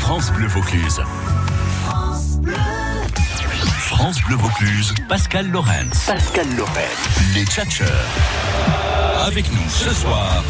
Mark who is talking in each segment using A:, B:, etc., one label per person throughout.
A: France Bleu Vaucluse. France Bleu. France Bleu Vaucluse, Pascal Lorenz.
B: Pascal Lorenz.
A: Les Tchatcheurs. Avec nous ce soir.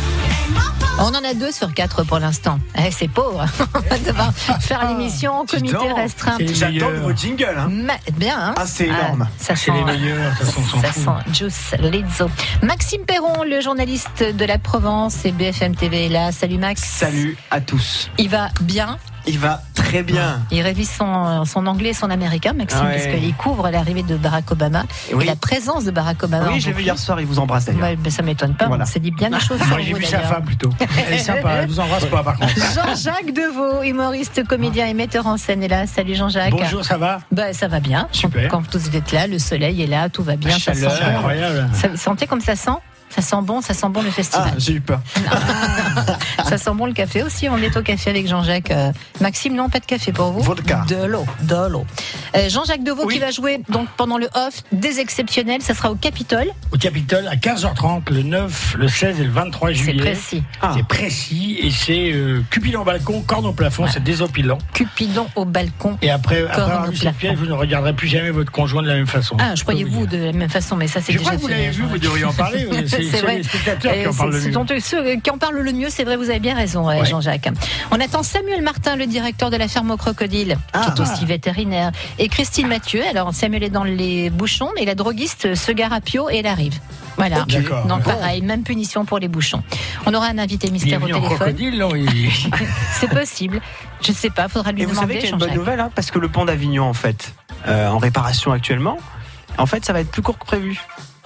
C: On en a deux sur quatre pour l'instant. Eh, c'est pauvre. On va devoir
D: Ah.
C: faire l'émission en comité
D: donc,
C: restreint.
D: c'est les J'attends meilleurs. vos jingles, hein.
C: Ma- bien. hein.
D: Ah, c'est énorme.
C: ça
D: C'est
C: sent,
D: les meilleurs, ça sent- on s'en
C: ça
D: fout.
C: sent Juice Lizzo. Maxime Perron, le journaliste de la Provence et BFM TV est là. Salut Max.
D: Salut à tous.
C: Il va bien.
D: Il va très bien.
C: Il révise son, son anglais et son américain, Maxime,
D: Ah ouais.
C: parce qu'il couvre l'arrivée de Barack Obama
D: Oui.
C: et la présence de Barack Obama. en
D: Oui, je l'ai vu
C: Brooklyn.
D: hier soir, il vous embrasse d'ailleurs.
C: Ah Ouais, ben, ça m'étonne pas.
D: Voilà.
C: On s'est dit bien des choses sur
E: Moi, j'ai
C: vous,
E: vu sa
C: d'ailleurs.
E: femme plutôt. Elle est sympa, elle vous embrasse pas par contre.
C: Jean-Jacques Deveau, humoriste, comédien et metteur en scène est là. Salut Jean-Jacques.
E: Bonjour, ça va
C: Bah, ça va bien.
E: Super.
C: Quand tous vous êtes là, le soleil est là, tout va bien.
D: La
C: ça
D: chaleur.
E: C'est
C: sent bon.
E: incroyable.
C: Ça, vous sentez comme ça sent Ça sent bon, ça sent bon le
D: Ah,
C: festival.
D: j'ai eu peur.
C: Ça sent bon le café aussi. On est au café avec Jean-Jacques. Euh, Maxime, non, pas de café pour vous.
D: Vodka.
C: De l'eau, de l'eau. Euh, Jean-Jacques Deveau
D: Oui.
C: qui va jouer donc pendant le off des exceptionnels. Ça sera au Capitole.
E: Au Capitole, à 15h30, le 9, le 16 et le 23
C: C'est
E: juillet.
C: précis.
D: Ah.
E: C'est précis et c'est euh, Cupidon au balcon, corne au plafond, c'est désopilant.
C: Cupidon au balcon.
E: Et après, après
C: Corne
E: avoir
C: au
E: vu cette
C: plafond.
E: pièce, vous ne regarderez plus jamais votre conjoint de la même façon.
C: Ah, je croyais
E: peux vous
C: vous
E: dire.
C: de la même façon, mais ça c'est
E: Je
C: déjà
E: crois que vous
C: fait,
E: l'avez vu,
C: Jean-Jacques.
E: vous devriez en parler. oui. C'est
C: C'est
E: c'est
C: vrai.
E: les spectateurs
C: Et
E: qui en parlent
C: c'est-
E: le
C: c'est
E: mieux.
C: dont- ceux qui en parlent le mieux, c'est vrai, vous avez bien raison, euh,
E: Ouais.
C: Jean-Jacques. On attend Samuel Martin, le directeur de la ferme aux crocodiles,
D: Ah.
C: qui est aussi vétérinaire, et Christine Mathieu. Alors, Samuel est dans les bouchons, mais la droguiste se gare à Pio et elle arrive. Voilà.
E: Ok. D'accord.
C: Donc,
E: Bon.
C: pareil, même punition pour les bouchons. On aura un invité
E: Il est
C: mystère au
E: venu en
C: téléphone.
E: crocodile, non il-
C: C'est possible. Je ne sais pas, faudra lui
D: Et vous savez
C: demander,
D: qu'il y a une bonne
C: Jean-Jacques.
D: nouvelle, hein, parce que le pont d'Avignon, en fait, euh, en réparation actuellement, en fait, ça va être plus court que prévu.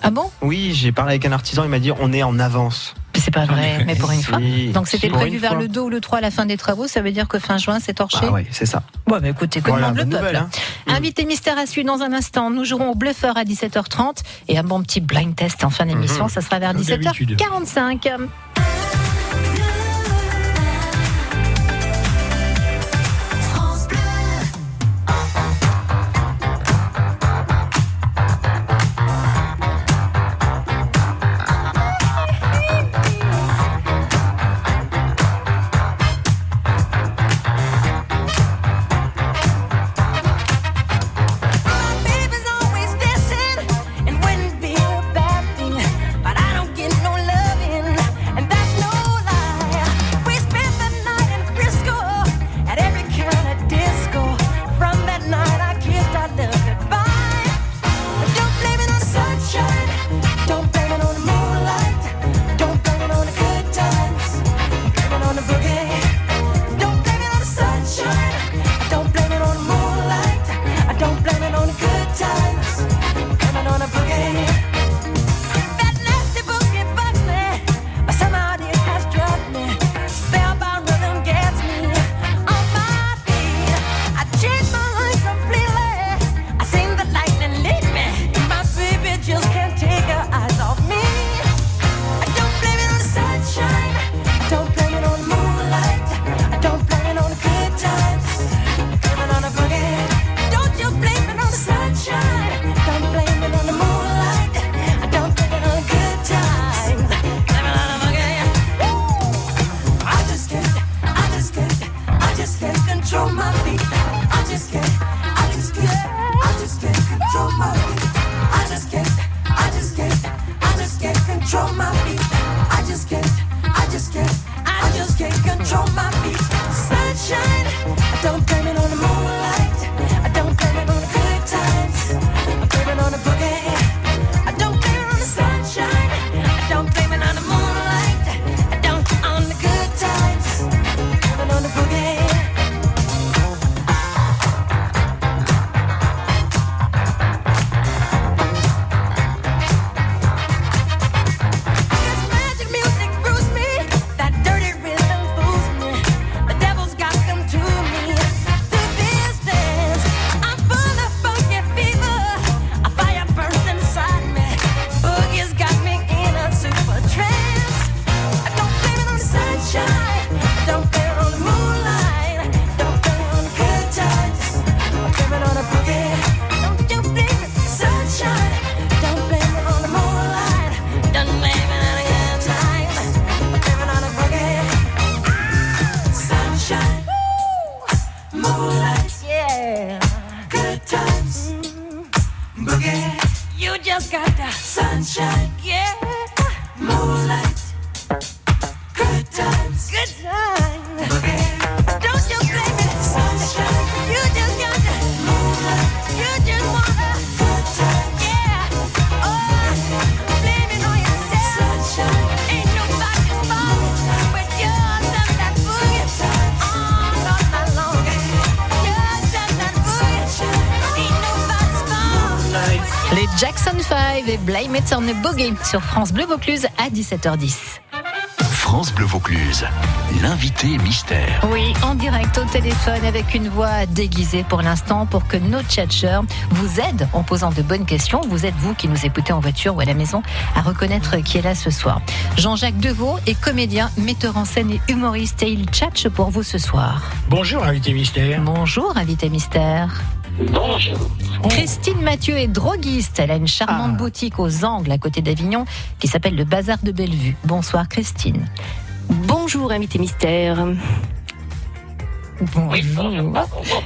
C: Ah bon
D: Oui, j'ai parlé avec un artisan, il m'a dit on est en avance.
C: C'est pas vrai, mais pour une
D: Si,
C: fois. Donc,
D: si,
C: c'était
D: pour
C: prévu
D: une
C: vers
D: fois.
C: le 2 ou le 3 à la fin des travaux, ça veut dire que fin juin, c'est torché
D: Ah ouais, c'est ça.
C: Bon, bah, écoutez, que
D: Voilà,
C: demande le
D: bonne
C: peuple
D: nouvelle, hein.
C: Invité mystère à suivre dans un instant. Nous jouerons au bluffeur à 17h30 et un bon petit blind test en
D: Mhm.
C: fin d'émission. Ça sera vers
E: Comme
C: 17h45.
F: Baby's always missing, and wouldn't be a bad thing. But I don't get no loving, and
B: just got that sunshine, yeah. Moonlight, good times, good times. Don't you blame it, sunshine. You just got that moonlight. You just want that good times, yeah. Oh, blame it on yourself, sunshine. Ain't nobody's fault but yours. I'm that boogie all night long. Yours, I'm that boogie. Ain't nobody's fault.
C: Les Jackson 5 et Blame It on a Boogie sur France Bleu Vaucluse à 17h10.
A: France Bleu Vaucluse, l'invité mystère.
C: Oui, en direct au téléphone avec une voix déguisée pour l'instant pour que nos tchatcheurs vous aident en posant de bonnes questions. Vous êtes vous qui nous écoutez en voiture ou à la maison à reconnaître qui est là ce soir. Jean-Jacques Deveau est comédien, metteur en scène et humoriste et il tchatche pour vous ce soir.
E: Bonjour, invité mystère.
C: Bonjour, invité mystère.
F: Bonjour.
C: Christine Mathieu est droguiste. Elle a une charmante boutique aux Angles, à côté d'Avignon, qui s'appelle le Bazar de Bellevue. Bonsoir, Christine.
G: Bonjour, invité mystère.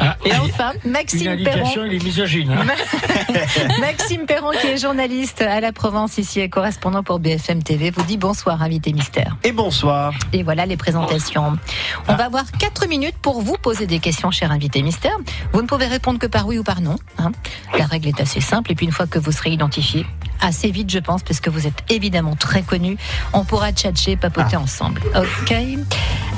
C: Ah, Et enfin, Maxime
E: Ah, Une
C: Perron.
E: indication, il est misogyne. hein.
C: Maxime Perron, qui est journaliste à la Provence, ici et correspondant pour BFM TV, vous dit bonsoir, invité mystère.
D: Et bonsoir.
C: Et voilà les présentations. On va avoir 4 minutes pour vous poser des questions, cher invité mystère. Vous ne pouvez répondre que par oui ou par non. hein. La règle est assez simple. Et puis une fois que vous serez identifié, assez vite, je pense, parce que vous êtes évidemment très connu, on pourra tchatcher, papoter
E: Ah.
C: ensemble. OK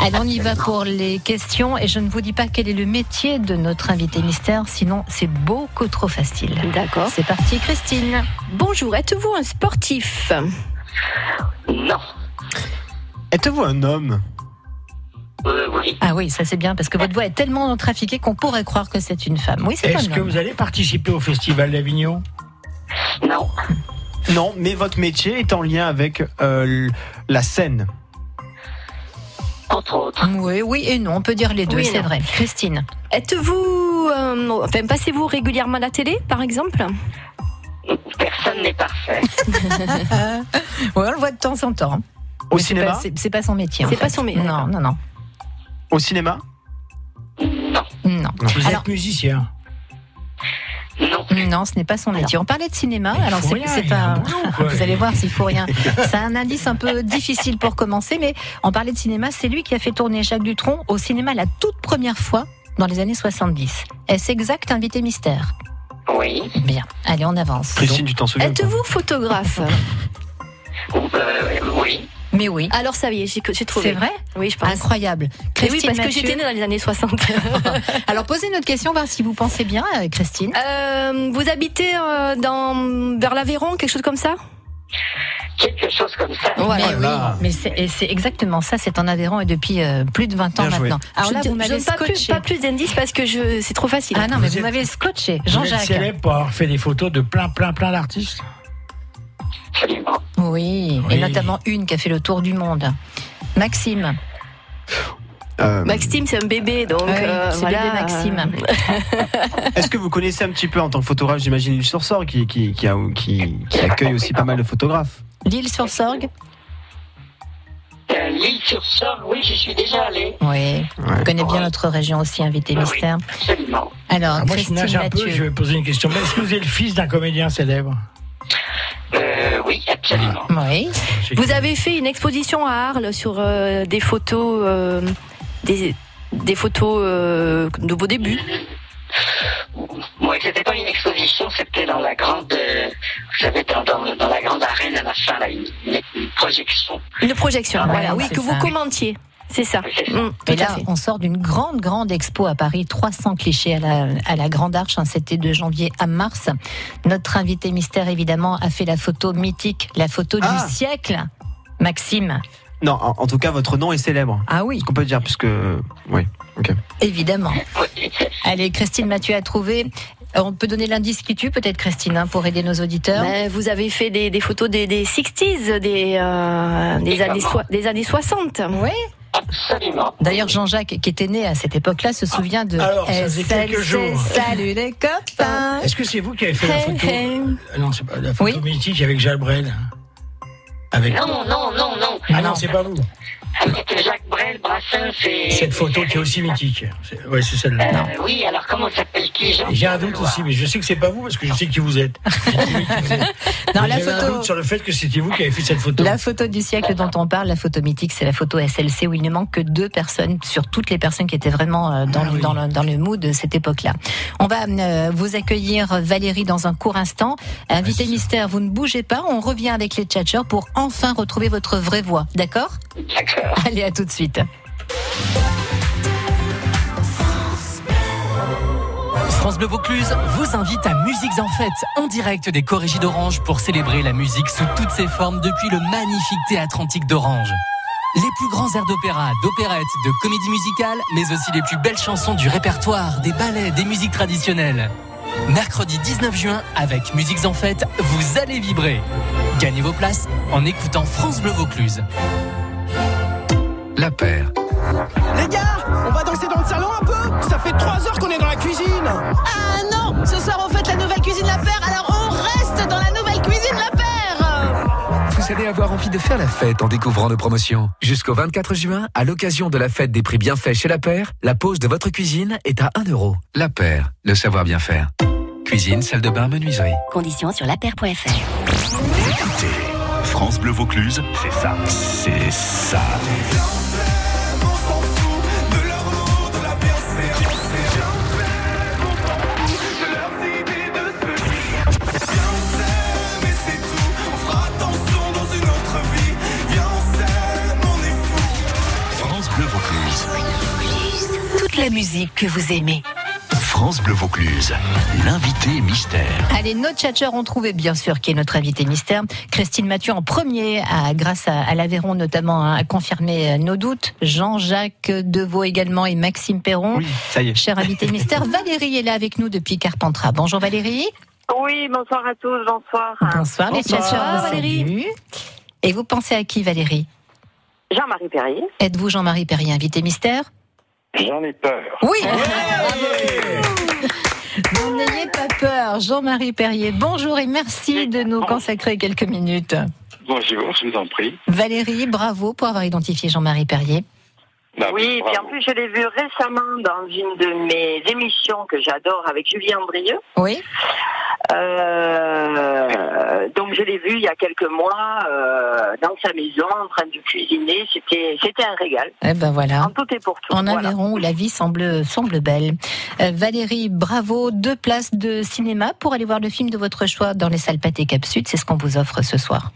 C: Allez, on y va pour les questions. Et je ne vous dis pas quel est le métier de notre invité mystère, sinon c'est beaucoup trop facile.
G: D'accord.
C: C'est parti, Christine.
G: Bonjour, êtes-vous un sportif
F: Non.
D: Êtes-vous un homme
F: Euh, oui.
C: Ah oui, ça c'est bien, parce que votre voix est tellement trafiquée qu'on pourrait croire que c'est une femme. Oui, c'est un
E: Est-ce que
C: homme.
E: vous allez participer au Festival d'Avignon
F: Non.
D: Non, mais votre métier est en lien avec euh, l- la scène.
F: Entre autres.
C: Oui, oui et non, on peut dire les deux,
G: Oui et
C: c'est
G: non.
C: vrai. Christine,
G: Êtes-vous. euh, enfin, passez-vous régulièrement à la télé, par exemple
F: Personne n'est parfait.
C: ouais, on le voit de temps en temps.
D: Au
C: Mais c'est
D: cinéma
C: pas- C'est c'est pas son métier. en
G: C'est
C: fait.
G: pas son hein. métier,
C: Non,
G: d'accord.
C: non, non,
D: Au cinéma
C: non.
E: Vous
C: Alors-
E: êtes musicien.
F: Non.
C: Non, ce n'est pas son métier. On parlait de cinéma,
E: Il
C: alors
E: faut
C: c'est
E: rien,
C: c'est
E: il a un
C: un.
E: boulot, quoi.
C: Vous allez voir s'il faut rien. C'est un indice un peu difficile pour commencer, mais on parlait de cinéma. C'est lui qui a fait tourner Jacques Dutronc au cinéma la toute première fois dans les années 70. Est-ce exact, invité mystère
F: Oui.
C: Bien. Allez, on avance.
D: Christine, tu t'en souviens ou pas
G: Êtes-vous photographe
F: Ou, euh, oui.
C: Mais oui.
G: Alors, ça y est, j'ai j'ai trouvé.
C: C'est vrai
G: Oui, je pense.
C: Incroyable.
G: Eh oui,
C: Christine
G: parce que
C: Mathieu.
G: j'étais née dans les années 60.
C: Alors posez notre question, voir si vous pensez bien, euh, Christine.
G: Euh, vous habitez euh, dans, vers l'Aveyron, quelque chose comme ça
F: Quelque chose comme ça.
G: Voilà.
C: Mais
D: là.
C: oui, mais c'est et c'est exactement ça, c'est en Aveyron et depuis euh, plus de 20 ans
D: Bien joué.
C: maintenant. Alors
G: Je
C: là,
G: ne-
C: vous
G: je
C: m'avez
G: donne pas plus,
C: scotché.
G: pas plus d'indices parce que je, c'est trop facile.
C: Ah non, mais
E: Vous
C: vous
E: êtes-
C: m'avez scotché,
E: Vous êtes
C: Jean-Jacques.
E: célèbre pour avoir fait des photos de plein, plein, plein d'artistes.
F: Absolument.
C: Oui, et
E: Oui.
C: notamment une qui a fait le tour du monde. Maxime.
D: Euh,
G: Maxime, c'est un bébé, donc
C: Ah oui,
G: euh,
C: c'est
G: voilà.
C: bébé Maxime.
D: Est-ce que vous connaissez un petit peu en tant que photographe, j'imagine, Yves Sursor qui, qui, qui, a- qui- qui accueille aussi pas mal de photographes
C: L'île sur Sorgue.
F: Euh, L'île sur Sorgue, oui, j'y suis déjà allé.
C: Oui, on connaît bien notre région aussi, invité
F: Ah oui.
C: mystère.
F: Absolument.
C: Alors,
E: Ah, moi, je
C: Christine
E: nage un
C: Mathieu.
E: peu, je vais poser une question. Mais Est-ce que vous êtes le fils d'un comédien célèbre Ah.
F: Euh, oui, absolument.
C: Eh Oui,
G: Vous avez fait une exposition à Arles sur euh, des photos, euh, des, des photos euh, de vos débuts.
F: Moi, c'était pas une exposition, c'était dans la grande, euh, j'avais dans, dans, dans la grande arène à la fin, là, une, une- une projection.
G: Une projection,
C: Ah,
G: voilà,
C: ouais,
G: oui,
C: c'est
G: que
C: ça.
G: vous commentiez. C'est ça.
F: Oui, c'est ça.
G: Mm, tout
C: Et
G: à
C: là,
G: fait.
C: on sort d'une grande, grande expo à Paris, 300 clichés à la, à la Grande Arche. hein, C'était de janvier à mars. Notre invité mystère, évidemment, a fait la photo mythique, la photo
D: Ah.
C: du siècle. Maxime.
D: Non, en, en tout cas, votre nom est célèbre.
C: Ah oui,
D: Ce qu'on peut dire, puisque. Oui.
C: évidemment.
F: Oui,
C: Allez, Christine Mathieu a trouvé. Euh, On peut donner l'indice qui tue, peut-être, Christine, hein, pour aider nos auditeurs.
G: Ben, vous avez fait des, des photos des, des 60s, des, euh, des,
F: Et
G: années,
F: comment
G: soi- des années 60.
C: Oui.
F: absolument.
C: D'ailleurs, Jean-Jacques, qui était né à cette époque-là, se souvient de.
E: Ah, alors, ça faisait
C: SLC,
E: quelques jours.
C: Salut les copains.
E: Est-ce que c'est vous qui avez fait la
G: Hey,
E: photo
G: hey.
E: Ah Non, c'est pas la photo
C: Oui.
E: mythique avec Jalbrel. Avec...
F: Non, non, non, non.
E: Ah Ben, non, c'est pas vous.
F: C'était Jacques Brel, Brassens et.
E: Cette photo qui est aussi mythique. C'est- Ouais, c'est celle-là.
F: Euh, oui, alors comment s'appelle qui Jean
E: J'ai un doute aussi, mais je sais que c'est pas vous parce que je sais qui vous êtes.
C: Non,
E: Mais
C: la
E: j'avais un doute
C: photo.
E: sur le fait que c'était vous qui avez fait cette photo.
C: La photo du siècle dont on parle, la photo mythique, c'est la photo SLC où il ne manque que deux personnes sur toutes les personnes qui étaient vraiment euh, dans,
E: Ah
C: le,
E: oui.
C: dans, le, dans le mood de cette époque-là. On va euh, vous accueillir Valérie dans un court instant. Invité mystère, vous ne bougez pas, on revient avec les tchatcheurs pour enfin retrouver votre vraie voix, d'accord
F: D'accord.
C: Allez, à tout de suite.
H: France Bleu Vaucluse vous invite à Musiques en Fête, en direct des Corégies d'Orange pour célébrer la musique sous toutes ses formes depuis le magnifique théâtre antique d'Orange. Les plus grands airs d'opéra, d'opérette, de comédie musicale, mais aussi les plus belles chansons du répertoire, des ballets, des musiques traditionnelles. Mercredi 19 juin, avec Musiques en Fête, vous allez vibrer. Gagnez vos places en écoutant France Bleu Vaucluse.
I: La paire.
J: Les gars, on va danser dans le salon un peu Ça fait 3 heures qu'on est dans la cuisine
B: Ah non, ce soir on fête la nouvelle cuisine La Paire, alors on reste dans la nouvelle cuisine La Paire.
I: Vous allez avoir envie de faire la fête en découvrant nos promotions. Jusqu'au 24 juin, à l'occasion de la fête des prix bien faits chez La Paire, la pose de votre cuisine est à 1 euro. La Paire, le savoir bien faire. Cuisine, salle de bain, menuiserie.
K: Conditions sur lapaire.fr.
A: Écoutez, France Bleu Vaucluse, c'est ça. C'est ça. France Bleu Vaucluse.
K: Toute la musique que vous aimez.
A: France Bleu Vaucluse, l'invité mystère.
C: Allez, nos tchatcheurs ont trouvé, bien sûr, qui est notre invité mystère. Christine Mathieu en premier, à- grâce à, à l'Aveyron notamment, hein, a confirmé euh, nos doutes. Jean-Jacques Deveau également et Maxime Perron.
D: Oui, ça y est.
C: Cher invité mystère, Valérie est là avec nous depuis Carpentras. Bonjour Valérie.
L: Oui, bonsoir à tous, bonsoir.
C: Bonsoir, les
G: Bonsoir.
C: tchatcheurs.
G: Valérie.
C: Salut. Et vous pensez à qui Valérie
L: Jean-Marie Perrier.
C: Êtes-vous Jean-Marie Perrier, invité mystère
M: J'en ai peur. Ah.
C: Oui Vous n'ayez pas peur, Jean-Marie Perrier. Bonjour et merci de nous consacrer quelques minutes.
M: Bonjour, je vous en prie.
C: Valérie, bravo pour avoir identifié Jean-Marie Perrier.
M: Bah,
L: oui, et puis en
M: bravo.
L: plus, je l'ai vu récemment dans une de mes émissions que j'adore avec Julien Andrieux.
C: Oui.
L: Euh, donc, je l'ai vu il y a quelques mois euh, dans sa maison en train de cuisiner. C'était c'était un régal.
C: Eh ben voilà.
L: En tout et pour tout.
C: En
L: voilà.
C: Aveyron, où la vie semble, semble belle. Euh, Valérie, bravo. Deux places de cinéma pour aller voir le film de votre choix dans les salles Pathé Cap Sud. C'est ce qu'on vous offre ce soir.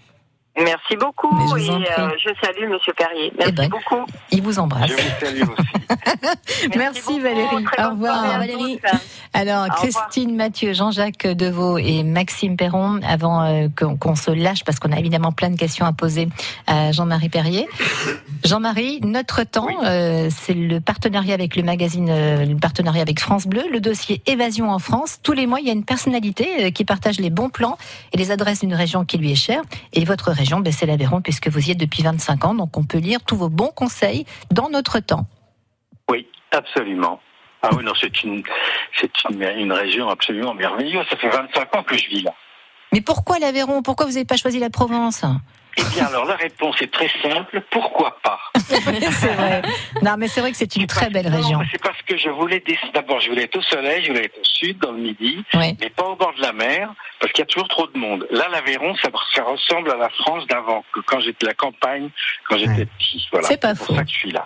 L: Merci beaucoup.
C: Mais je vous
L: et euh,
C: en prie.
L: je salue Monsieur Perrier. Merci
C: Eh ben,
L: beaucoup.
C: Il vous embrasse.
M: Je vous salue aussi.
C: Merci,
L: beaucoup.
C: Valérie.
L: Très bonne
C: Au revoir.
L: soirée à
G: Valérie.
L: tous.
C: Alors,
L: revoir.
C: Christine Mathieu, Jean-Jacques Deveau et Maxime Perron, avant euh, qu'on qu'on se lâche, parce qu'on a évidemment plein de questions à poser à Jean-Marie Perrier. Jean-Marie, notre temps, euh, c'est le partenariat avec le magazine, euh, le partenariat avec France Bleu, le dossier Évasion en France. Tous les mois, il y a une personnalité euh, qui partage les bons plans et les adresses d'une région qui lui est chère. Et votre région, ben, c'est l'Aveyron, puisque vous y êtes depuis 25 ans, donc on peut lire tous vos bons conseils dans notre temps.
M: Oui, absolument. Ah oui, non, c'est une, c'est une, une région absolument merveilleuse. Ça fait 25 ans que je vis là.
C: Mais pourquoi l'Aveyron Pourquoi vous n'avez pas choisi la Provence
M: Eh bien, alors, la réponse est très simple. Pourquoi pas
C: c'est vrai. Non, mais c'est vrai que c'est une
M: C'est
C: très
M: parce-
C: belle
M: non,
C: région.
M: mais C'est parce que je voulais des- d'abord, je voulais être au soleil, je voulais être au sud, dans le midi,
C: Ouais.
M: mais pas au bord de la mer, parce qu'il y a toujours trop de monde. Là, l'Aveyron, ça, ça ressemble à la France d'avant, que quand j'étais à la campagne, quand j'étais petit. Voilà.
C: C'est pas
M: pour
C: faux.
M: ça que je suis là.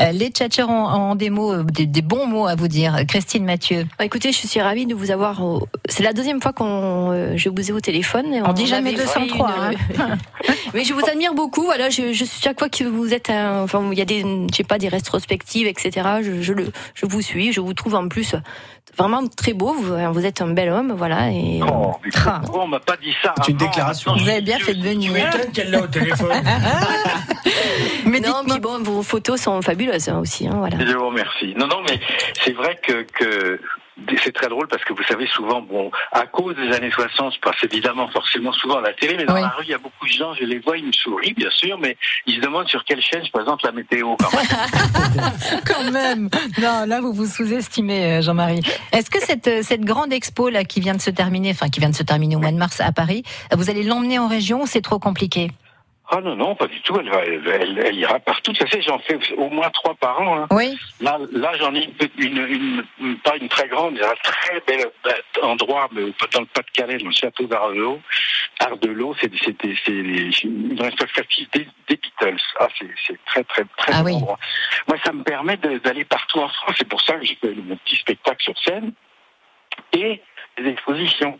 C: Euh, les tchatcheurs ont, ont des mots, euh, des, des bons mots à vous dire. Christine Mathieu.
G: Bah, écoutez, je suis ravie de vous avoir. au- C'est la deuxième fois qu'on, euh, je vous ai au téléphone. et
C: On dit jamais
G: avait fait
C: 203,
G: euh,
C: hein.
G: Mais je vous admire beaucoup. Voilà, je, je- chaque fois que vous êtes, un- enfin, il y a des, je sais pas, des rétrospectives, etc. Je, je le, je vous suis. Je vous trouve en plus vraiment très beau. Vous, vous êtes un bel homme, voilà. Et
M: Oh, mais
C: Ah.
M: pourquoi on m'a pas dit ça
D: C'est une
M: avant hein.
D: déclaration.
M: Maintenant,
C: Vous
M: je
C: avez
M: suis
C: bien fait de
M: vieux.
E: Tu
C: venir.
E: m'étonnes qu'elle l'a au téléphone.
C: Mais
G: non,
C: dites-moi-
G: puis bon, vos photos sont fabuleuses hein, aussi. hein, voilà.
M: Je vous remercie. Non, non, mais c'est vrai que, que c'est très drôle parce que vous savez souvent, bon, à cause des années 60, je passe évidemment forcément souvent à la télé, mais dans
C: Oui.
M: la rue, il y a beaucoup de gens, je les vois, ils me sourient, bien sûr, mais ils se demandent sur quelle chaîne je présente la météo. quand même.
C: hein. quand même. Non, là vous vous sous-estimez, euh, Jean-Marie. Est-ce que cette, euh, cette grande expo là qui vient de se terminer, enfin qui vient de se terminer au mois de mars à Paris, euh, vous allez l'emmener en région ou c'est trop compliqué
M: Ah non, non, pas du tout. Elle, va, elle, elle- elle ira partout. Tu sais, j'en fais au moins trois par an. hein.
C: Oui.
M: Là, là j'en ai une, pe- une- une- pas une très grande, un très bel endroit, mais au- dans le Pas-de-Calais, dans le château d'Ardelot. Ardelot, c'est c'était- c'est les- une responsabilité des, des Beatles. Ah, c'est c'est très, très, très bon endroit. Moi, ça me permet de- d'aller partout en France. C'est pour ça que je fais mon petit spectacle sur scène et des expositions.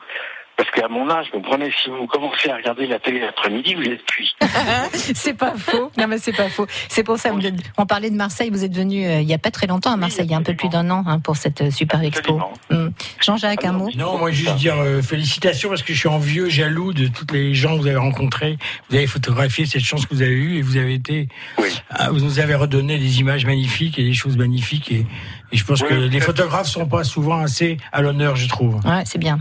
M: Parce qu'à mon âge, vous comprenez, si vous commencez à regarder la télé l'après-midi, vous êtes cuit.
C: c'est pas faux. Non, mais c'est pas faux. C'est pour ça, vous êtes- on parlait de Marseille. Vous êtes venu euh, il y a pas très longtemps à Marseille, il y a un peu plus d'un an hein, pour cette euh, super expo. Hum. Jean-Jacques, un mot
E: Non, moi juste dire euh, félicitations parce que je suis envieux, jaloux de toutes les gens que vous avez rencontrés. Vous avez photographié cette chance que vous avez eue et vous avez été, Ah, vous nous avez redonné des images magnifiques et des choses magnifiques et, et je pense que les photographes sont pas souvent assez à l'honneur, je trouve.
C: Ouais, c'est bien.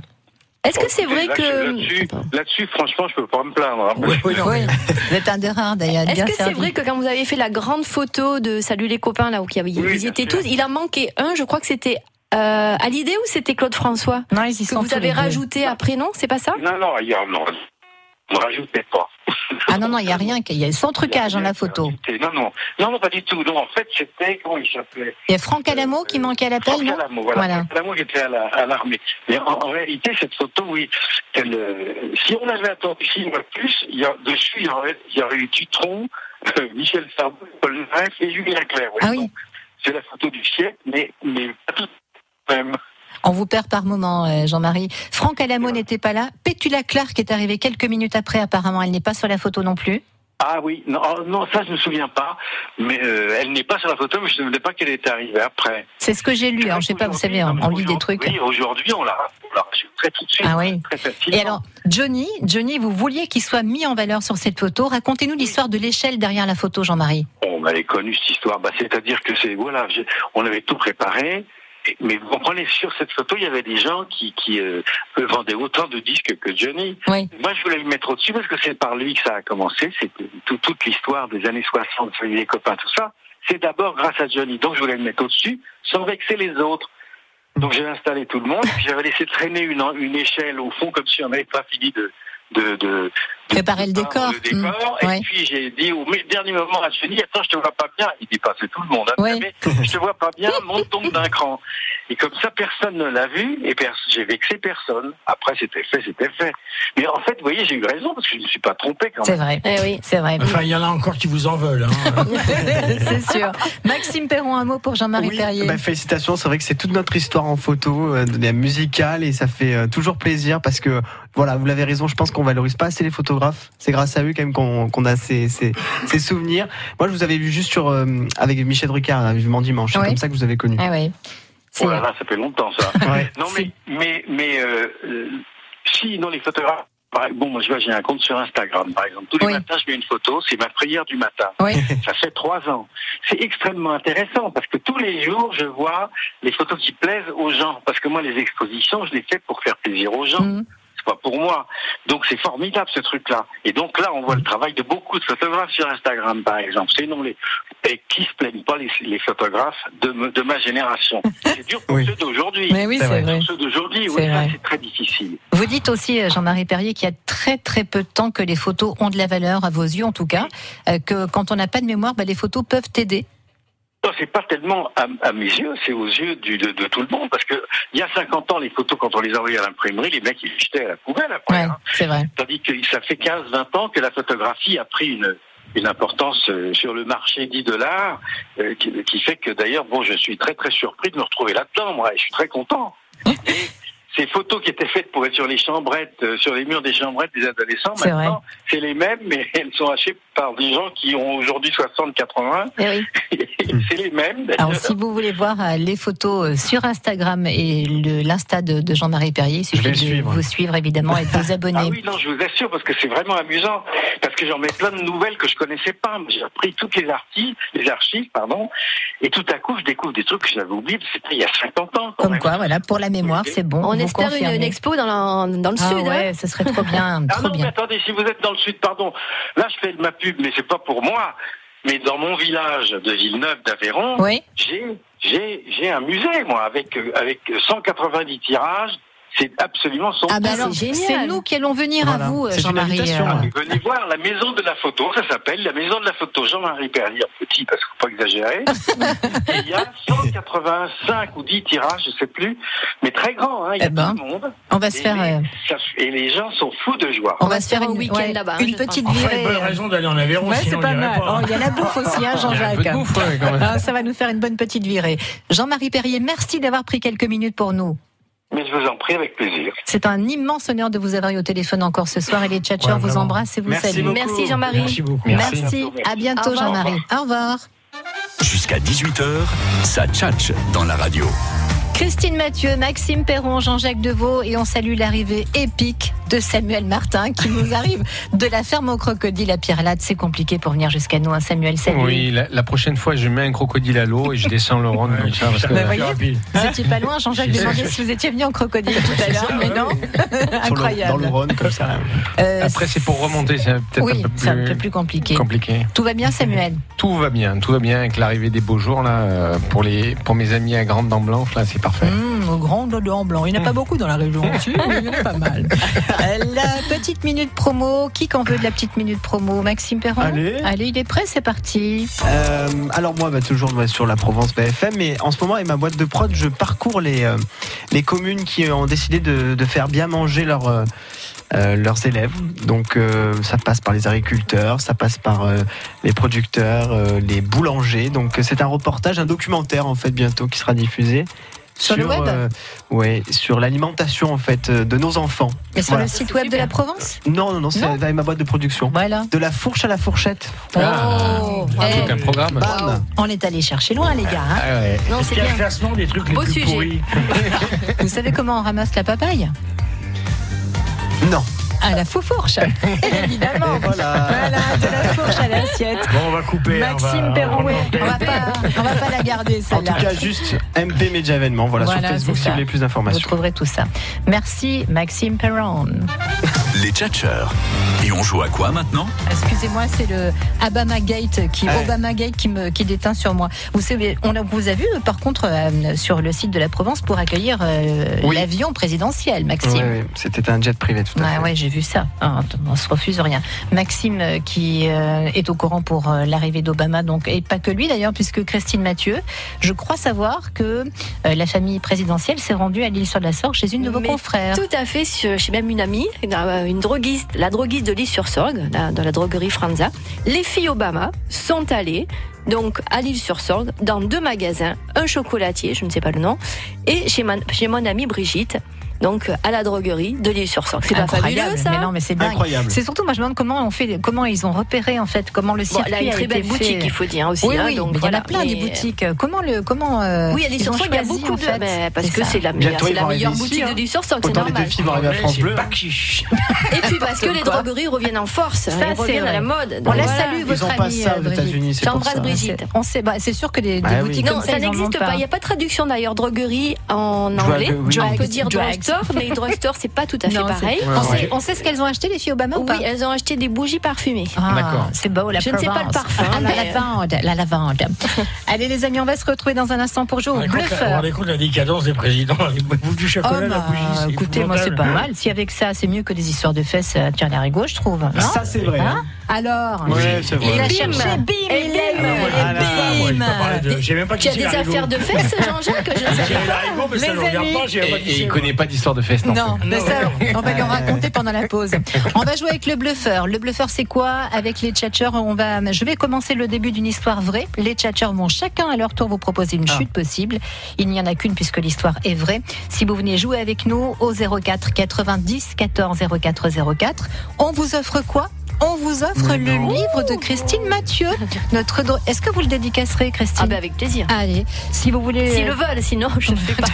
C: Est-ce que c'est vrai
M: Là, je-
C: que
M: là-dessus- Là-dessus, franchement, je peux pas me plaindre. hein.
C: vous êtes un des rares d'ailleurs
G: Est-ce
C: bien
G: que c'est
C: servi.
G: vrai que quand vous avez fait la grande photo de Salut les copains, là, où il y avait- ils étaient tous, il en manquait un, je crois que c'était euh, Hallyday ou c'était Claude François
C: Non, ils y
G: Que
C: sont
G: vous
C: tous
G: avez
C: les deux.
G: rajouté après, non C'est pas ça
M: Non, non, ailleurs, non. Ne rajoutez pas.
C: Ah non, non, il n'y a rien. Il y a sans trucage dans la photo.
M: C'est- Non, non, non, non, pas du tout. Non, en fait, c'était, comment il s'appelait
C: Il y a Franck Alamo qui manquait à l'appel, non
M: Calamo, voilà.
C: Voilà.
M: Calamo qui était à la- à l'armée. Mais en, en réalité, cette photo, oui, elle, euh, si on avait attendu six mois de plus, il y a, dessus, il y aurait, il y aurait eu Dutron, euh, Michel Sardou, Paul Naref et Julien Clerc.
C: Ah
M: ouais. Donc, C'est la photo du siècle, mais, mais pas tout de même.
C: On vous perd par moment, euh, Jean-Marie. Franck Alamo n'était pas là. Pétula Clark est arrivée quelques minutes après, apparemment. Elle n'est pas sur la photo non plus.
M: Ah oui, non, oh, non, ça je me souviens pas, mais euh, elle n'est pas sur la photo, mais je ne savais pas qu'elle était arrivée après.
C: C'est ce que j'ai lu. Alors, je sais pas, vous savez, on, on lit des trucs.
M: Oui, aujourd'hui on la, on la rajouterait tout de suite.
C: Ah oui.
M: Très facile.
C: Et alors, Johnny, Johnny, vous vouliez qu'il soit mis en valeur sur cette photo. Racontez-nous l'histoire de l'échelle derrière la photo, Jean-Marie.
M: On avait connu cette histoire, bah, c'est-à-dire que c'est voilà, je- on avait tout préparé. et- Mais vous comprenez, sur cette photo, il y avait des gens qui, qui euh, eux, vendaient autant de disques que Johnny. Moi, je voulais le mettre au-dessus parce que c'est par lui que ça a commencé. C'est que tout- toute l'histoire des années 60, Salut les copains, tout ça. C'est d'abord grâce à Johnny. Donc, je voulais le mettre au-dessus sans vexer les autres. Donc, j'ai installé tout le monde. puis J'avais laissé traîner une, en- une échelle au fond comme si on n'avait pas fini de, de, de,
C: Préparer le décor.
M: le décor.
C: Mm,
M: Et
C: ouais.
M: puis j'ai dit au mi- dernier moment à Johnny, attends, je te vois pas bien. Il dit pas, c'est tout le monde. hein,
C: Ouais.
M: mais je te vois pas bien, monte tombe d'un cran. Et comme ça, personne ne l'a vu et pers- j'ai vexé personne. Après, c'était fait, c'était fait. Mais en fait, vous voyez, j'ai eu raison parce que je ne me suis pas trompé quand
C: C'est
M: même.
C: vrai. C'est vrai.
E: Enfin, il y en a encore qui vous en veulent. hein.
C: C'est sûr. Maxime Perron, un mot pour Jean-Marie Perrier.
D: Bah, félicitations, c'est vrai que c'est toute notre histoire en photo, euh, de la musicale, et ça fait euh, toujours plaisir parce que, voilà, vous l'avez raison, je pense qu'on valorise pas assez les photographes. C'est grâce à eux quand même qu'on qu'on a ces, ces, ces souvenirs. Moi, je vous avais vu juste sur, euh, avec Michel Ricard, avec Vivement Dimanche, c'est
M: Ouais.
D: comme ça que je vous avez connu.
C: Ah oui.
M: Oh là là, ça fait longtemps ça.
D: Ouais.
M: Non mais mais mais euh, euh, si dans les photographes. par- Bon, moi, je vois, j'ai un compte sur Instagram, par exemple. Tous les matins, je mets une photo, c'est ma prière du matin. Ça fait trois ans. C'est extrêmement intéressant parce que tous les jours, je vois les photos qui plaisent aux gens. Parce que moi, les expositions, je les fais pour faire plaisir aux gens.
C: Mhm.
M: C'est pas pour moi. Donc, c'est formidable, ce truc-là. Et donc, là, on voit le travail de beaucoup de photographes sur Instagram, par exemple. C'est non, les, et qui se plaignent pas les, les photographes de, me- de ma génération. C'est dur pour ceux d'aujourd'hui.
C: Mais oui, C'est c'est vrai. vrai.
M: Pour ceux d'aujourd'hui, oui,
C: C'est
M: ça,
C: vrai.
M: c'est très difficile.
C: Vous dites aussi, euh, Jean-Marie Perrier, qu'il y a très très peu de temps que les photos ont de la valeur, à vos yeux en tout cas, euh, que quand on n'a pas de mémoire, bah, les photos peuvent t'aider.
M: Non, c'est pas tellement à, à mes yeux, c'est aux yeux du- de, de tout le monde. Parce que il y a 50 ans, les photos, quand on les envoyait à l'imprimerie, les mecs, ils les jetaient à la poubelle après. hein.
C: C'est vrai.
M: Tandis que ça fait 15-20 ans que la photographie a pris une, une importance euh, sur le marché 10 dollars, euh, qui, qui fait que d'ailleurs, bon, je suis très très surpris de me retrouver là-dedans, moi, et je suis très content. Mais ces photos qui étaient faites pour être sur les chambrettes, euh, sur les murs des chambrettes des adolescents,
C: C'est vrai.
M: maintenant, c'est les mêmes, mais elles sont hachées par des gens qui ont aujourd'hui 60-80.
C: Eh
M: c'est les mêmes. d'ailleurs.
C: Alors si vous voulez voir euh, les photos euh, sur Instagram et le- l'Insta de, de Jean-Marie Perrier, il suffit
M: vais
C: de
M: le suivre.
C: vous suivre évidemment et de vous abonner.
M: Ah oui, non, je vous assure, parce que c'est vraiment amusant. Parce que j'en mets plein de nouvelles que je connaissais pas. J'ai appris toutes les archives, les archives, pardon. Et tout à coup, je découvre des trucs que j'avais oubliés, parce que c'était il y a 50 ans.
C: Comme quoi, voilà, pour la mémoire, c'est bon.
G: On
C: vous
G: espère une,
C: confirmez.
G: une expo dans, la- dans le
C: Ah
G: sud.
C: ouais,
G: hein.
C: ce serait trop bien.
M: Ah non, mais attendez, si vous êtes dans le sud, pardon. Là, je fais de ma pub, mais c'est pas pour moi. Mais dans mon village de Villeneuve d'Aveyron, j'ai j'ai j'ai un musée, moi, avec euh, avec 190 tirages. C'est absolument son
C: Ah, bah alors, c'est nous qui allons venir à vous, euh, Jean-Marie. euh,
M: Venez voir la maison de la photo, ça s'appelle la maison de la photo Jean-Marie Perrier, petit parce qu'il ne faut pas exagérer. Et il y a 185 ou 10 tirages, je ne sais plus, mais très grand, hein, il y a
C: Eh ben,
M: tout le monde.
C: on va se
M: Et
C: faire,
M: les-
C: euh,
M: ça f- et les gens sont fous de joie.
C: On va se faire un week-end là-bas. Une petite
E: Enfin,
C: virée.
E: une bonne raison d'aller en Aveyron,
C: Ouais, c'est
E: sinon on
C: pas
E: irait
C: mal.
E: pas.
C: Oh, Il y a la bouffe aussi, hein,
E: Il y a un peu de
C: Jean-Jacques.
E: bouffe, ouais, quand même.
C: Ah, ça va nous faire une bonne petite virée. Jean-Marie Perrier, merci d'avoir pris quelques minutes pour nous.
M: Mais je vous en prie avec plaisir.
C: C'est un immense honneur de vous avoir eu au téléphone encore ce soir et les tchatcheurs
M: Ouais,
C: vous
M: vraiment.
C: embrassent et vous
M: Merci
C: saluent.
M: beaucoup.
C: Merci Jean-Marie.
M: Merci beaucoup.
C: Merci.
M: Merci.
C: À
A: Au
C: bientôt
A: revoir.
C: Jean-Marie. Au revoir.
A: Jusqu'à 18h, ça tchatche dans la radio.
C: Christine Mathieu, Maxime Perron, Jean-Jacques Deveau et on salue l'arrivée épique de Samuel Martin qui nous arrive de la ferme au crocodile à Pierrelade. C'est compliqué pour venir jusqu'à nous, hein, Samuel. Salut.
N: Oui, la, la prochaine fois, je mets un crocodile à l'eau et je descends le rond comme ça. Parce que,
C: Bah, voyez, vous étiez pas loin, Jean-Jacques demandait si vous étiez venu en crocodile tout à l'heure, mais non.
N: Sur le-
C: Incroyable.
N: Rhône, comme ça.
C: Euh,
N: Après, c'est pour remonter, c'est peut-être
C: oui,
N: un peu
C: c'est un
N: plus
C: peu plus compliqué.
N: compliqué.
C: Tout va bien, Samuel
N: Tout va bien, tout va bien avec l'arrivée des beaux jours là euh, pour les pour mes amis à Grande Dent Blanche là, c'est parfait. Mmh.
C: Hum, au grand dodo en blanc. Il n'y en a pas beaucoup dans la région. Si, mais il y en a pas mal. Euh, La petite minute promo. Qui qu'en veut de la petite minute promo Maxime Perron
D: Allez.
C: il est prêt, c'est parti.
D: Euh, alors moi, bah, toujours ouais, sur la Provence BFM, mais en ce moment, avec ma boîte de prod, je parcours les, euh, les communes qui ont décidé de, de faire bien manger leurs euh, euh, leurs élèves. Donc euh, ça passe par les agriculteurs, ça passe par euh, les producteurs, euh, les boulangers. Donc euh, c'est un reportage, un documentaire en fait bientôt qui sera diffusé.
C: Sur le web
D: Oui, sur l'alimentation en fait euh, de nos enfants.
C: Et sur
D: Voilà.
C: le site web de la Provence
D: Non, non, non, c'est avec ma boîte de production. De la fourche à la fourchette.
C: Oh, eh,
D: Ah, un programme. Ah
C: waouh. On est allé chercher loin, les gars. hein. Non, c'est
E: Il y a
C: bien.
E: le classement des trucs les
C: Beau
E: plus
C: sujet.
E: pourris.
C: Vous savez comment on ramasse la papaye
D: Non.
C: À la faux-fourche Évidemment voilà. de la fourche à l'assiette.
E: Bon, on va couper. on va-
C: Maxime Perrouet, on va pas, on va pas la garder
D: En
C: celle-là.
D: tout cas, juste MP Média Événements. Voilà,
C: Voilà,
D: sur Facebook
C: c'est
D: si vous
C: ça.
D: voulez plus
C: Vous
D: d'informations.
C: trouverez tout ça. Merci Maxime Perron.
A: Les tchatcheurs. Et on joue à quoi maintenant
C: Excusez-moi, c'est le Obama Gate qui
D: Ah
A: Ouais.
C: Obama Gate qui me qui déteint sur moi. Vous savez, on a- vous a vu par contre euh, sur le site de la Provence pour accueillir euh,
D: Oui.
C: l'avion présidentiel, Maxime.
D: Ouais, ouais, C'était un jet privé tout à
C: Ouais, ouais, j'ai vu ça. Ah, on se refuse rien. Maxime, euh, qui euh, est au courant pour euh, l'arrivée d'Obama, donc et pas que lui d'ailleurs, puisque Christine Mathieu, je crois savoir que euh, la famille présidentielle s'est rendue à l'île sur la Sorgue chez une de vos
G: Mais
C: confrères.
G: Tout à fait, sur- chez même une amie, une une droguiste, la droguiste de l'île sur Sorgue, la- dans la droguerie Franza. Les filles Obama sont allées donc à l'île sur Sorgue dans deux magasins, un chocolatier, je ne sais pas le nom, et chez, ma- chez mon amie Brigitte. Donc à la droguerie de l'île sur Sorgue. C'est pas
C: Incroyable,
G: fabuleux ça
C: mais non, mais c'est dingue.
G: Incroyable.
C: C'est surtout, moi, je me demande comment on fait, comment ils ont repéré en fait, comment le
G: Bon,
C: circuit
G: elle a une
C: a
G: très
C: été
G: belle
C: fait.
G: boutique, il faut dire, aussi,
C: Oui,
G: hein,
C: oui,
G: donc
C: mais
G: voilà,
C: il y en a plein
G: mais- euh,
C: des boutiques. Comment le, comment euh,
G: Oui, à l'île
C: ils
G: sur
C: ont
G: Sorgue, il y a
C: choisi,
G: beaucoup
C: en
G: de-
C: fait.
G: mais parce
C: C'est
G: que
C: ça.
G: c'est la meilleure- Bientôt, c'est ils la vont meilleure arriver boutique ici, de hein. l'île sur Sorgue, c'est
D: Autant les
G: normal.
D: deux filles vont arriver à France Bleu.
G: Et puis parce que les
C: Quoi
G: drogueries reviennent en force,
C: Ça,
G: elles
C: c'est
G: reviennent à la
C: vrai.
G: mode.
C: On
G: donc
C: la
G: voilà.
C: salue, votre amie. euh, Brigitte.
G: J'embrasse Brigitte.
C: On sait, bah, c'est sûr que des, des
E: Ah
G: Bah oui.
C: boutiques
G: non,
C: comme ça,
G: ça
C: ils en
G: n'existe
C: ont
G: pas. Il n'y a pas de traduction d'ailleurs. Droguerie en
C: Drug-
G: anglais.
C: oui.
G: On peut
C: Drugs.
G: dire
C: Drugs.
G: drugstore, mais drugstore, c'est pas tout à fait
C: Non, c'est-
G: pareil.
C: On sait- Ouais. on sait ce qu'elles ont acheté, les filles Obama
G: Oui, elles ont acheté des bougies parfumées.
C: Ah, C'est beau, la
G: Je ne sais pas le
C: Provence.
G: parfum.
C: Ah, la
G: mais- euh,
C: lavande, la lavande. Allez, les amis, on va se retrouver dans un instant pour jouer
E: Ah, On
C: au
E: est contre- Vous vous
C: bluffeur.
E: rendez compte de la décadence des présidents Ils bouffent du chocolat,
C: Oh,
E: la
C: bah,
E: bougie, c'est
C: écoutez, moi c'est
E: épouvantable.
C: pas mal. Si avec ça, c'est mieux que des histoires de fesses euh, à tirer la rigo, je trouve. non
E: Ça, c'est vrai,
C: Hein Alors,
E: Ouais, c'est vrai.
C: il a
E: Bim.
C: cherché, bim,
G: Et
C: il
G: bim.
C: l'a eu.
E: Ah, là, là, moi, je peux pas parler de- j'ai même pas
G: Tu
E: qui
G: as
E: c'est
G: des
E: Larigot.
G: affaires de fesses, Jean-Jacques Je ne sais
E: Thierry
G: pas.
E: Larigot, mais ça,
G: Les
E: on le regarde
G: amis.
E: pas, j'ai-
N: Et, et il connaît pas d'histoire de fest non,
C: Non,
N: plus.
C: mais ça, on va lui en raconter pendant la pause. On va jouer avec le bluffeur. Le bluffeur, c'est quoi Avec les tchatcheurs, on va, je vais commencer le début d'une histoire vraie. Les tchatcheurs vont chacun à leur tour vous proposer une chute possible. Il n'y en a qu'une puisque l'histoire est vraie. Si vous venez jouer avec nous au 04 90 14 04 04, on vous offre quoi on vous offre le livre de Christine Mathieu. Notre dro- Est-ce que vous le dédicacerez, Christine
G: Ah ben, avec plaisir.
C: Allez, si vous voulez. euh,
G: S'ils le veulent, sinon je ne fais pas.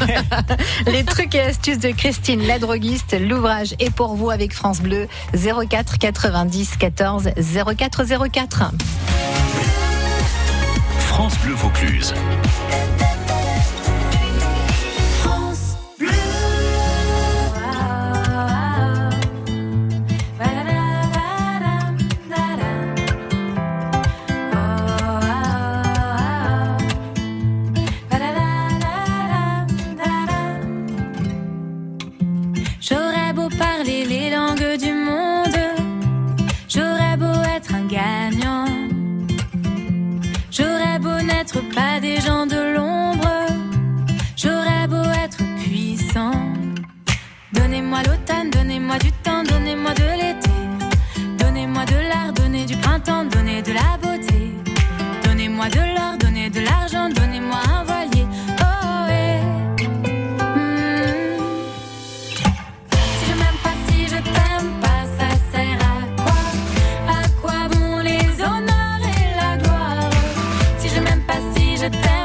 C: Les trucs et astuces de Christine, la droguiste. L'ouvrage est pour vous avec France Bleu 04 90 14 04 04.
A: France Bleu Vaucluse.
O: Oh,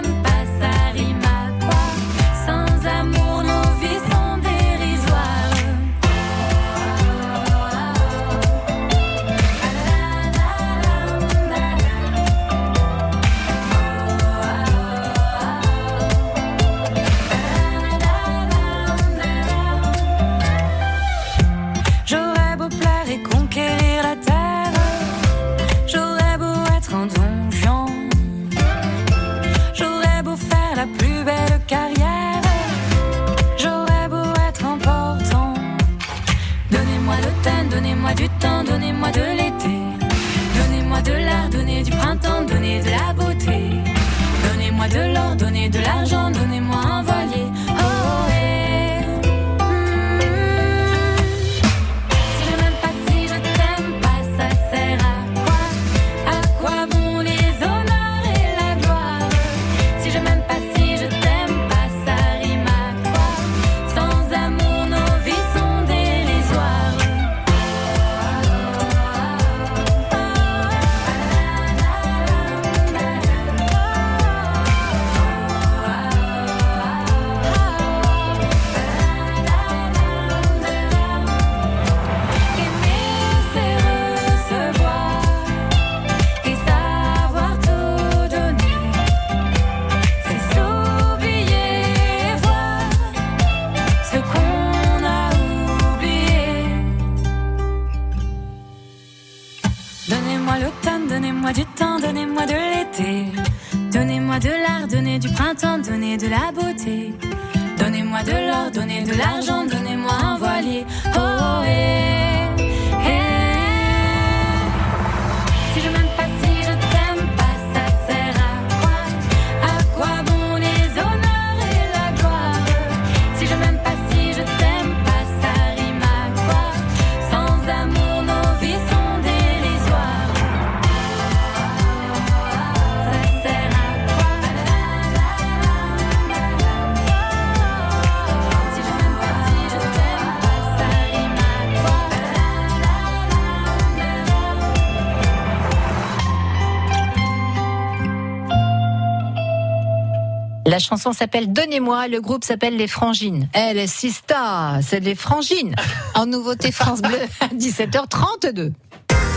O: Oh, eh. donnez de la beauté. Donnez-moi de l'or, donnez de l'argent, donnez-moi un voilier. Oh, oh, eh, eh. Si je m'aime pas, si je t'aime pas, ça sert à quoi À quoi bon les honneurs et la gloire Si je m'aime pas, si je t'aime pas, ça rime à quoi Sans amour, nos vies sont dérisoires. Ça sert à
C: La chanson s'appelle Donnez-moi, le groupe s'appelle Les Frangines. Elle est Sista, c'est Les Frangines. En nouveauté France Bleu à 17h32.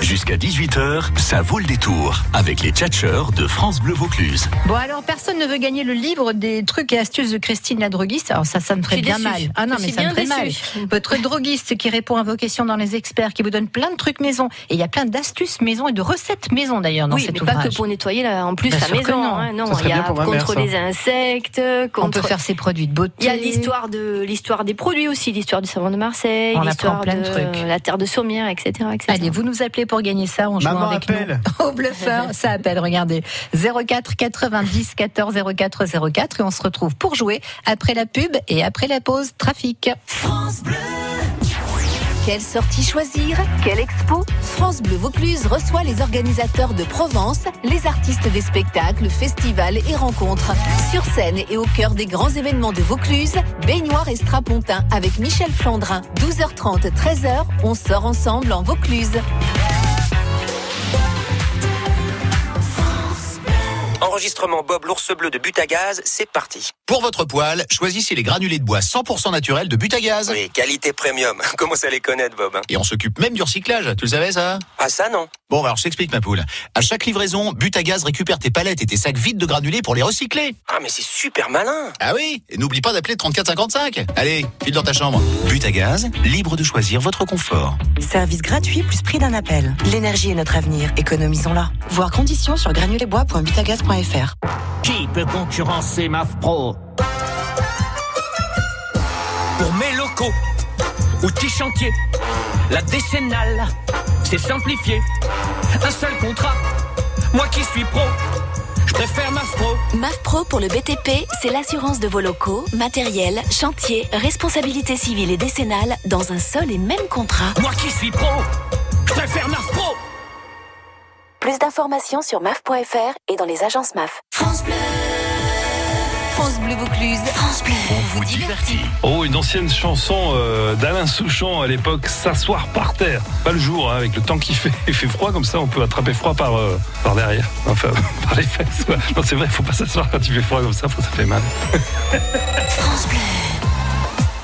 A: Jusqu'à 18h, ça vaut le détour avec les tchatcheurs de France Bleu Vaucluse.
C: Bon alors personne ne veut gagner le livre des trucs et astuces de Christine la droguiste. Alors ça, ça me ferait
G: Je suis
C: bien
G: déçue.
C: mal. Ah non
G: Je
C: mais
G: suis
C: ça me
G: bien
C: ferait
G: déçue.
C: mal. Votre droguiste qui répond à vos questions dans les experts, qui vous donne plein de trucs maison et il y a plein d'astuces maison et de recettes maison d'ailleurs dans
G: oui,
C: cet
G: mais
C: ouvrage.
G: pas que pour nettoyer la, en plus
C: Bien
G: la
C: sûr que
G: maison.
C: non.
G: hein,
C: Ça serait
G: il y
C: bien
G: a
C: pour ma mère,
G: contre
C: ça.
G: les insectes, contre.
C: On peut faire ses produits de beauté.
G: Il y a l'histoire de l'histoire des produits aussi, l'histoire du savon de Marseille,
C: On apprend
G: l'histoire
C: plein de
G: de
C: trucs.
G: la terre de Saumière, etc., etc.
C: Allez, vous nous appelez pour gagner ça en jouant
G: Maman
C: avec
G: appelle.
C: nous. Au bluffeur, ça appelle, regardez. 04 90 14 04 04 et on se retrouve pour jouer après la pub et après la pause trafic.
K: Quelle sortie choisir Quelle expo France Bleu Vaucluse reçoit les organisateurs de Provence, les artistes des spectacles, festivals et rencontres. Sur scène et au cœur des grands événements de Vaucluse, baignoire et strapontin avec Michel Flandrin. 12h30, 13h, on sort ensemble en Vaucluse.
P: Enregistrement Bob l'ours bleu de Butagaz, c'est parti.
Q: Pour votre poêle, choisissez les granulés de bois 100% naturels de Butagaz.
P: Oui, qualité premium. Comment ça les connaître, Bob hein
Q: Et on s'occupe même du recyclage, tu le savais ça
P: Ah ça non.
Q: Bon, bah, alors je t'explique ma poule. À chaque livraison, Butagaz récupère tes palettes et tes sacs vides de granulés pour les recycler.
P: Ah mais c'est super malin.
Q: Ah oui Et n'oublie pas d'appeler 3455. Allez, file dans ta chambre. Butagaz, libre de choisir votre confort.
R: Service gratuit plus prix d'un appel. L'énergie est notre avenir, économisons-la. Voir conditions sur granulébois.butagaz.fr.
S: Qui peut concurrencer MAF Pro Pour mes locaux, outils chantiers, la décennale, c'est simplifié. Un seul contrat, moi qui suis pro, je préfère MAF Pro.
K: MAF Pro pour le BTP, c'est l'assurance de vos locaux, matériel, chantier, responsabilité civile et décennale dans un seul et même contrat.
S: Moi qui suis pro, je préfère MAF Pro.
K: Plus d'informations sur maf.fr et dans les agences MAF. France Bleu France Bleu Vaucluse. France Bleu. On vous divertit.
T: Oh, une ancienne chanson euh, d'Alain Souchon à l'époque, S'asseoir par terre. Pas le jour, hein, avec le temps qui fait, il fait froid, comme ça on peut attraper froid par, euh, par derrière, enfin par les fesses. ouais. Non, c'est vrai, faut pas s'asseoir quand il fait froid comme ça, faut- ça fait mal.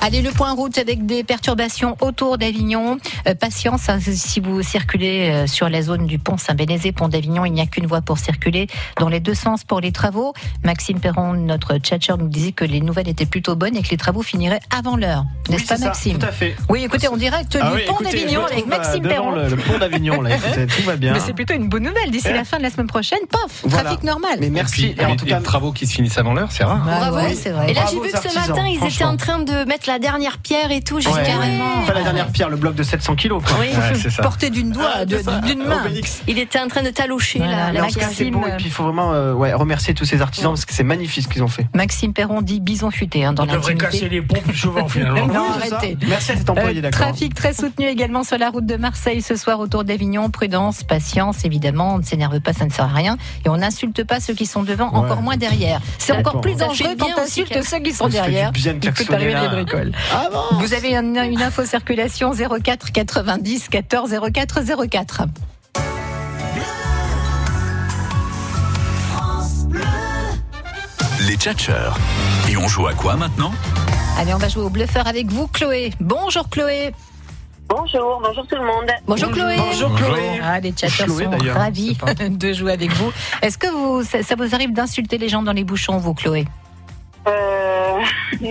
C: Allez, le point route avec des perturbations autour d'Avignon. Euh, patience, hein, si vous circulez euh, sur la zone du pont Saint-Bénézé, pont d'Avignon, il n'y a qu'une voie pour circuler dans les deux sens pour les travaux. Maxime Perron, notre tchatcher, nous disait que les nouvelles étaient plutôt bonnes et que les travaux finiraient avant l'heure. N'est-ce
D: Oui,
C: pas,
D: c'est ça,
C: Maxime
D: tout à fait.
C: Oui, écoutez, en direct
D: Ah
C: du
D: oui,
C: pont
D: écoutez, je me
C: d'Avignon avec
D: trouve, euh,
C: Maxime
D: devant
C: Perron.
D: le- le pont d'Avignon, là, écoutez, tout va bien. Eh
C: Mais c'est plutôt une bonne nouvelle. D'ici la fin de la semaine prochaine, paf,
N: Voilà.
C: trafic normal.
N: Mais merci. Et, en tout cas, les travaux qui se finissent avant l'heure, c'est rare.
G: Bravo. Et là, j'ai
D: Bravo
G: vu
D: aux
G: que ce
D: artisans,
G: matin, ils étaient
D: franchement.
G: en train de mettre la dernière pierre et tout. J'ai
D: Ouais,
G: dit,
D: ouais.
G: carrément.
D: Enfin, la dernière pierre, le bloc de 700 kilos. Quoi.
G: Oui, porté d'une doigt,
D: Ah,
G: de-
D: c'est ça,
G: d'une main.
D: Obélix.
G: Il était en train de talocher
C: Ah,
G: la, la
D: Mais en tout cas, c'est beau. Et puis, il faut vraiment euh, ouais, remercier tous ces artisans parce que c'est magnifique ce qu'ils ont fait.
C: Maxime Perron dit bison futé hein, dans
D: On devrait
C: l'intimité.
D: casser les ponts plus souvent, finalement.
C: Non,
D: Oui, c'est ça.
C: arrêtez. Euh,
D: Merci à cet employé, d'accord.
C: Trafic très soutenu également sur la route de Marseille ce soir autour d'Avignon. Prudence, patience, évidemment. On ne s'énerve pas, ça ne sert à rien. Et on n'insulte pas ceux qui sont devant, encore moins derrière. C'est
D: Ça
C: encore
D: dépend.
C: plus
D: Ça
C: dangereux
G: fait
C: quand
G: bien
C: on
G: aussi,
C: insulte
G: Kat.
C: ceux qui
D: Ça
C: sont
D: se fait du
C: derrière.
D: bien de
C: Il peut
D: klaxonner,
C: arriver
D: là.
C: des bricoles. Vous avez une, une info circulation 04 90 14 04 04.
A: Les tchatcheurs. Et on joue à quoi maintenant
C: Allez, on va jouer au bluffeur avec vous, Chloé. Bonjour, Chloé.
L: Bonjour, bonjour tout le monde.
C: Bonjour, Chloé.
L: Bonjour, Chloé.
C: Ah, les chatters
L: Chloé,
C: sont
L: d'ailleurs,
C: ravis de jouer avec vous. Est-ce que vous, ça, ça vous arrive d'insulter les gens dans les
L: Ah,
C: bouchons, vous, Chloé
L: Euh, non.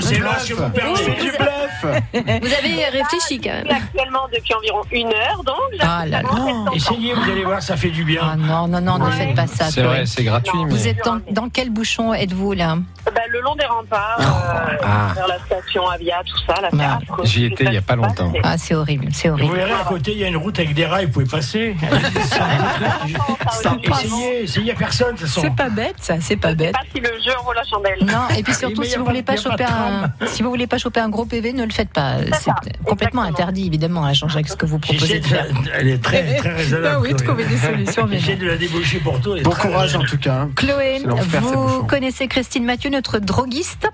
E: C'est là, si vous permettez.
L: bluff.
D: meuf
G: Vous avez réfléchi quand même.
L: Actuellement, depuis environ une heure, donc.
C: Ah là là.
E: Essayez, vous allez voir, ça fait du bien.
C: Ah non, non, non, ne faites pas ça.
N: C'est
C: Chloé.
N: vrai, c'est gratuit, mais-
C: Vous êtes dans, dans quel bouchon êtes-vous là
L: Bah, le long des remparts, euh,
N: Ah.
L: vers la station Avia, tout ça, la
C: Ah.
L: terrasse.
N: J'y étais il n'y a pas longtemps.
C: Ah, c'est horrible, c'est
E: Vous
C: horrible.
E: verrez à côté, il y a une route avec des rails, vous pouvez passer. Allez-y, c'est un petit truc. Essayez, essayez, il n'y a personne de toute façon.
C: C'est pas bête, ça, c'est pas bête.
L: Si le jeu envoie la chandelle.
C: Non, et puis
E: Ah,
L: Oui,
C: surtout,
L: mais y
C: si
L: a
C: vous
L: pas-
C: voulez pas
L: y a pas de
C: choper un,
L: trame.
C: si vous voulez pas choper un gros PV, ne le faites pas. C'est complètement interdit, évidemment, à Jean-Jacques, ce que vous proposez
E: J'essaie
C: de
E: de
C: faire.
E: la- Elle est très, très raisonnable.
C: Bah oui, de
E: Chloé.
C: trouver des solutions, mais
E: J'essaie de la débaucher pour toi. elle est
D: Bon
E: très
D: courage en
E: raisonnable.
D: tout cas. hein.
C: Chloé,
D: C'est l'enfer, ces
C: vous
D: bouchons.
C: connaissez Christine Mathieu, notre droguiste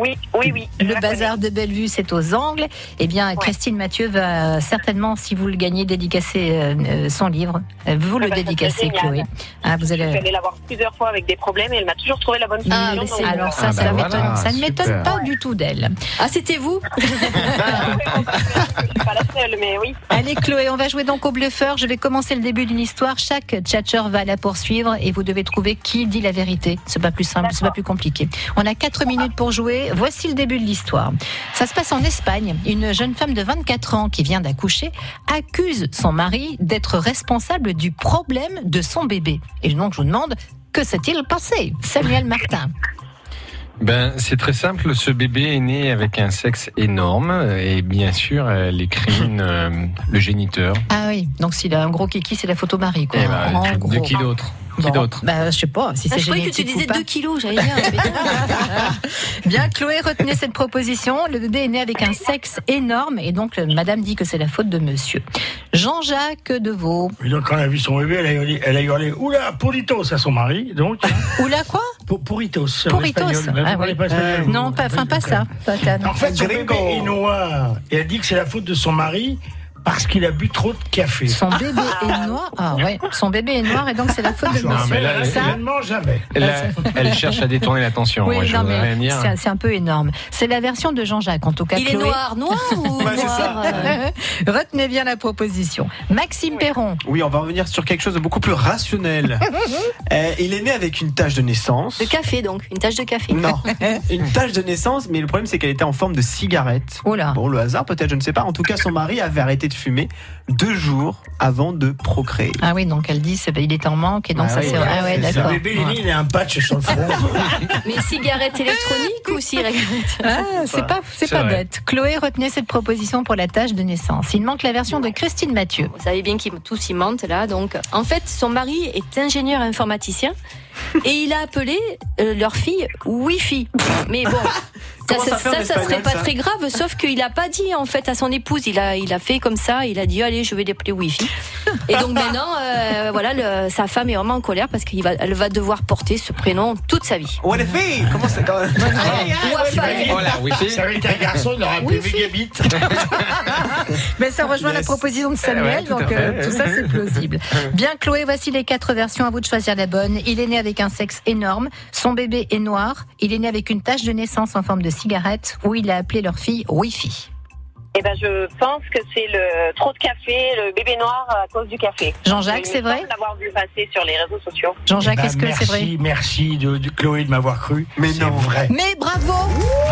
L: Oui, oui, oui.
C: Le bazar de Bellevue, c'est aux Angles. Eh bien, Christine Mathieu va certainement, si vous le gagnez, dédicacer euh, euh, son livre. Euh, Vous le
L: bah, ça serait
C: dédicacez,
L: génial.
C: Chloé. Ah, vous
L: Je suis
C: allez.
L: allée la voir plusieurs fois avec des problèmes et elle m'a toujours trouvé la bonne solution.
C: Ah, mais c'est-
L: donc,
C: alors
L: euh,
C: ça,
N: Ah,
C: ça,
N: bah
C: m'étonne-
N: voilà,
C: ça ne m'étonne
N: super.
C: pas du tout d'elle.
G: Ah, c'était vous
L: pas la seule, mais oui.
C: Allez Chloé, on va jouer donc au bluffeur. Je vais commencer le début d'une histoire. Chaque tchatcher va la poursuivre et vous devez trouver qui dit la vérité. C'est pas plus simple, c'est pas plus compliqué. On a 4 minutes pour jouer. Voici le début de l'histoire. Ça se passe en Espagne. Une jeune femme de 24 ans qui vient d'accoucher accuse son mari d'être responsable du problème de son bébé. Et donc je vous demande, que s'est-il passé Samuel Martin.
N: Ben, c'est très simple. Ce bébé est né avec un sexe énorme et bien sûr, elle écrimine euh, le géniteur.
C: Ah oui, donc s'il a un gros kiki, c'est la photo Marie. Quoi.
N: Eh ben,
C: En
N: de
C: gros.
N: qui d'autre Qui
C: Bon,
N: d'autre
C: bah, je sais pas. Si
G: Ah,
C: c'est
G: Je croyais que tu
C: génétique ou
G: disais
C: pas.
G: 2 kilos, j'allais dire.
C: Bien, Chloé, retenez cette proposition. Le bébé est né avec un sexe énorme et donc euh, madame dit que c'est la faute de monsieur. Jean-Jacques Deveau.
E: Et donc, quand elle a vu son bébé, elle a hurlé, elle a hurlé Oula, Puritos à son mari, donc.
C: Oula, quoi
E: Pou- Puritos. en
C: Pourritos.
E: espagnol. Mais
C: Ah
E: vous parlez
C: oui.
E: pas espagnol, vous.
C: Non, pas, enfin, pas ça. Pas ça, non.
E: En fait, son bébé est noir. Et elle dit que c'est la faute de son mari parce qu'il a bu trop de café.
C: Son bébé est noir. Ah ouais, son bébé est noir et donc c'est la faute de
E: Je
N: Non, mais
C: monsieur.
N: là, elle-
C: Ça,
E: ne mange jamais.
N: Elle, elle cherche à détourner l'attention. Moi,
C: oui,
N: je
C: non,
N: voudrais rien
C: mais
N: dire.
C: c'est c'est un peu énorme. C'est la version de Jean-Jacques, en tout cas.
G: Il est
C: Chloé.
G: noir, noir ou
N: Ouais, c'est ça.
G: noir euh,
C: Retenez bien la proposition. Maxime Perron.
D: Oui, on va revenir sur quelque chose de beaucoup plus rationnel. Euh, il est né avec une tache de naissance.
G: De café, donc. Une tache de café.
D: Non, une tache de naissance, mais le problème c'est qu'elle était en forme de cigarette.
C: Oh là.
D: Bon, le hasard peut-être, je ne sais pas. En tout cas, son mari avait arrêté de fumer deux jours avant de procréer.
C: Ah oui, donc elle dit, c'est- il est en manque et donc
D: Ah
C: ça
D: oui,
C: c'est. Ah ouais,
D: c'est ça.
E: Le
C: d'accord.
E: bébé, il est né, il a un patch sur le front.
G: Mais cigarette électronique ou cigarette
C: Ah,
G: Bah,
C: c'est pas, c'est
N: C'est
C: pas
N: vrai.
C: bête. Chloé, retenez cette proposition pour la tâche de naissance. Il manque la version de Christine Mathieu.
G: Vous savez bien qu'ils tous y mentent là. Donc, en fait, son mari est ingénieur informaticien et il a appelé euh, leur fille Wi-Fi. Mais bon, ça,
D: Comment ça
G: ça,
D: fait en
G: ça, ça
D: espagnol,
G: serait pas
D: ça
G: très grave. Sauf qu'il a pas dit en fait à son épouse. Il a, il a fait comme ça. Il a dit allez, je vais l'appeler Wi-Fi. Et donc maintenant, euh, voilà, le- sa femme est vraiment en colère parce qu'elle va, elle va devoir porter ce prénom toute sa vie.
D: Ouais, les filles Comment c'est quand même
G: Wafa.
U: Ah,
N: Voilà, oui,
E: Ça avait été un
G: Oh,
E: garçon, il aurait appelé Megabit.
C: Mais ça rejoint la proposition
G: Ah
C: de Samuel,
N: Ouais, tout à
C: donc
N: fait.
C: euh, tout ça c'est plausible. Bien, Chloé, voici les quatre versions. À vous de choisir la bonne. Il est né avec un sexe énorme. Son bébé est noir. Il est né avec une tache de naissance en forme de cigarette où il a appelé leur fille Wi-Fi.
L: Eh ben, je pense que c'est le trop de café, le bébé noir à cause du café.
C: Jean-Jacques,
L: Il me
C: c'est vrai
L: semble l'avoir vu passer sur les réseaux sociaux.
C: Jean-Jacques,
E: Eh ben,
C: est-ce que c'est vrai
E: Merci, merci de, de- Chloé de m'avoir cru.
D: Mais
E: c'est
D: non.
E: vrai.
C: Mais bravo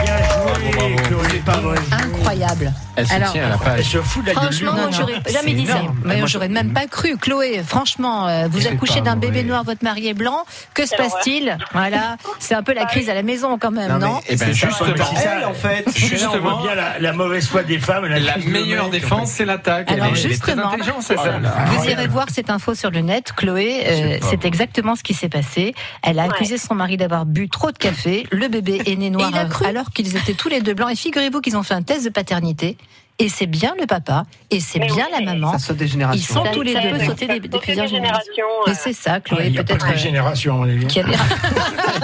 E: Bien joué,
N: Bravo, bravo.
E: Chloé. Pas vrai.
C: Incroyable.
N: Elle se
C: Alors,
N: tient à la
E: Elle
N: page.
E: se fout de la gueule de lui.
G: Franchement, moi, j'aurais jamais dit ça.
D: énorme.
C: Mais
D: Moi,
C: j'aurais même pas cru. Chloé, franchement, euh, vous
N: C'est
C: accouchez
N: pas
C: d'un bébé
N: vrai.
C: noir, votre mari est blanc. Que se passe-t-il Voilà, c'est un peu la crise à la maison quand même, non,
N: Eh ben,
E: Ouais, mais
N: justement,
E: si ça,
D: Elle, en fait.
E: Là, on voit
N: justement,
E: bien la, la mauvaise foi des femmes. La,
N: la
E: crise de
N: meilleure
E: mec, en
N: défense, c'est l'attaque. Elle
C: Alors,
N: est- elle est très
C: justement.
N: intelligente, c'est
E: Oh là
N: ça.
E: là.
C: Vous
E: Incroyable.
C: irez voir cette info sur le net, Chloé. euh,
N: C'est pas
C: c'est
N: bon.
C: exactement ce qui s'est passé. Elle a
L: Ouais.
C: accusé son mari d'avoir bu trop de café. Le bébé est né noir
G: il a cru.
C: alors qu'ils étaient tous les deux blancs. Et figurez-vous qu'ils ont fait un test de paternité. Et c'est bien le papa et c'est
L: Mais
C: bien
L: oui,
C: la
L: mais
C: maman.
D: Ça saute des
C: Ils
D: générations.
C: sont tous les
G: Ça
C: deux
G: peut
C: blancs.
G: sauter des- des plusieurs générations.
L: générations. euh,
C: Et c'est ça,
E: fait. Ouais,
C: Chloé.
E: Il y a pas
C: Peut-être
E: de
C: euh,
E: génération, à mon avis.
C: qu'il y a des-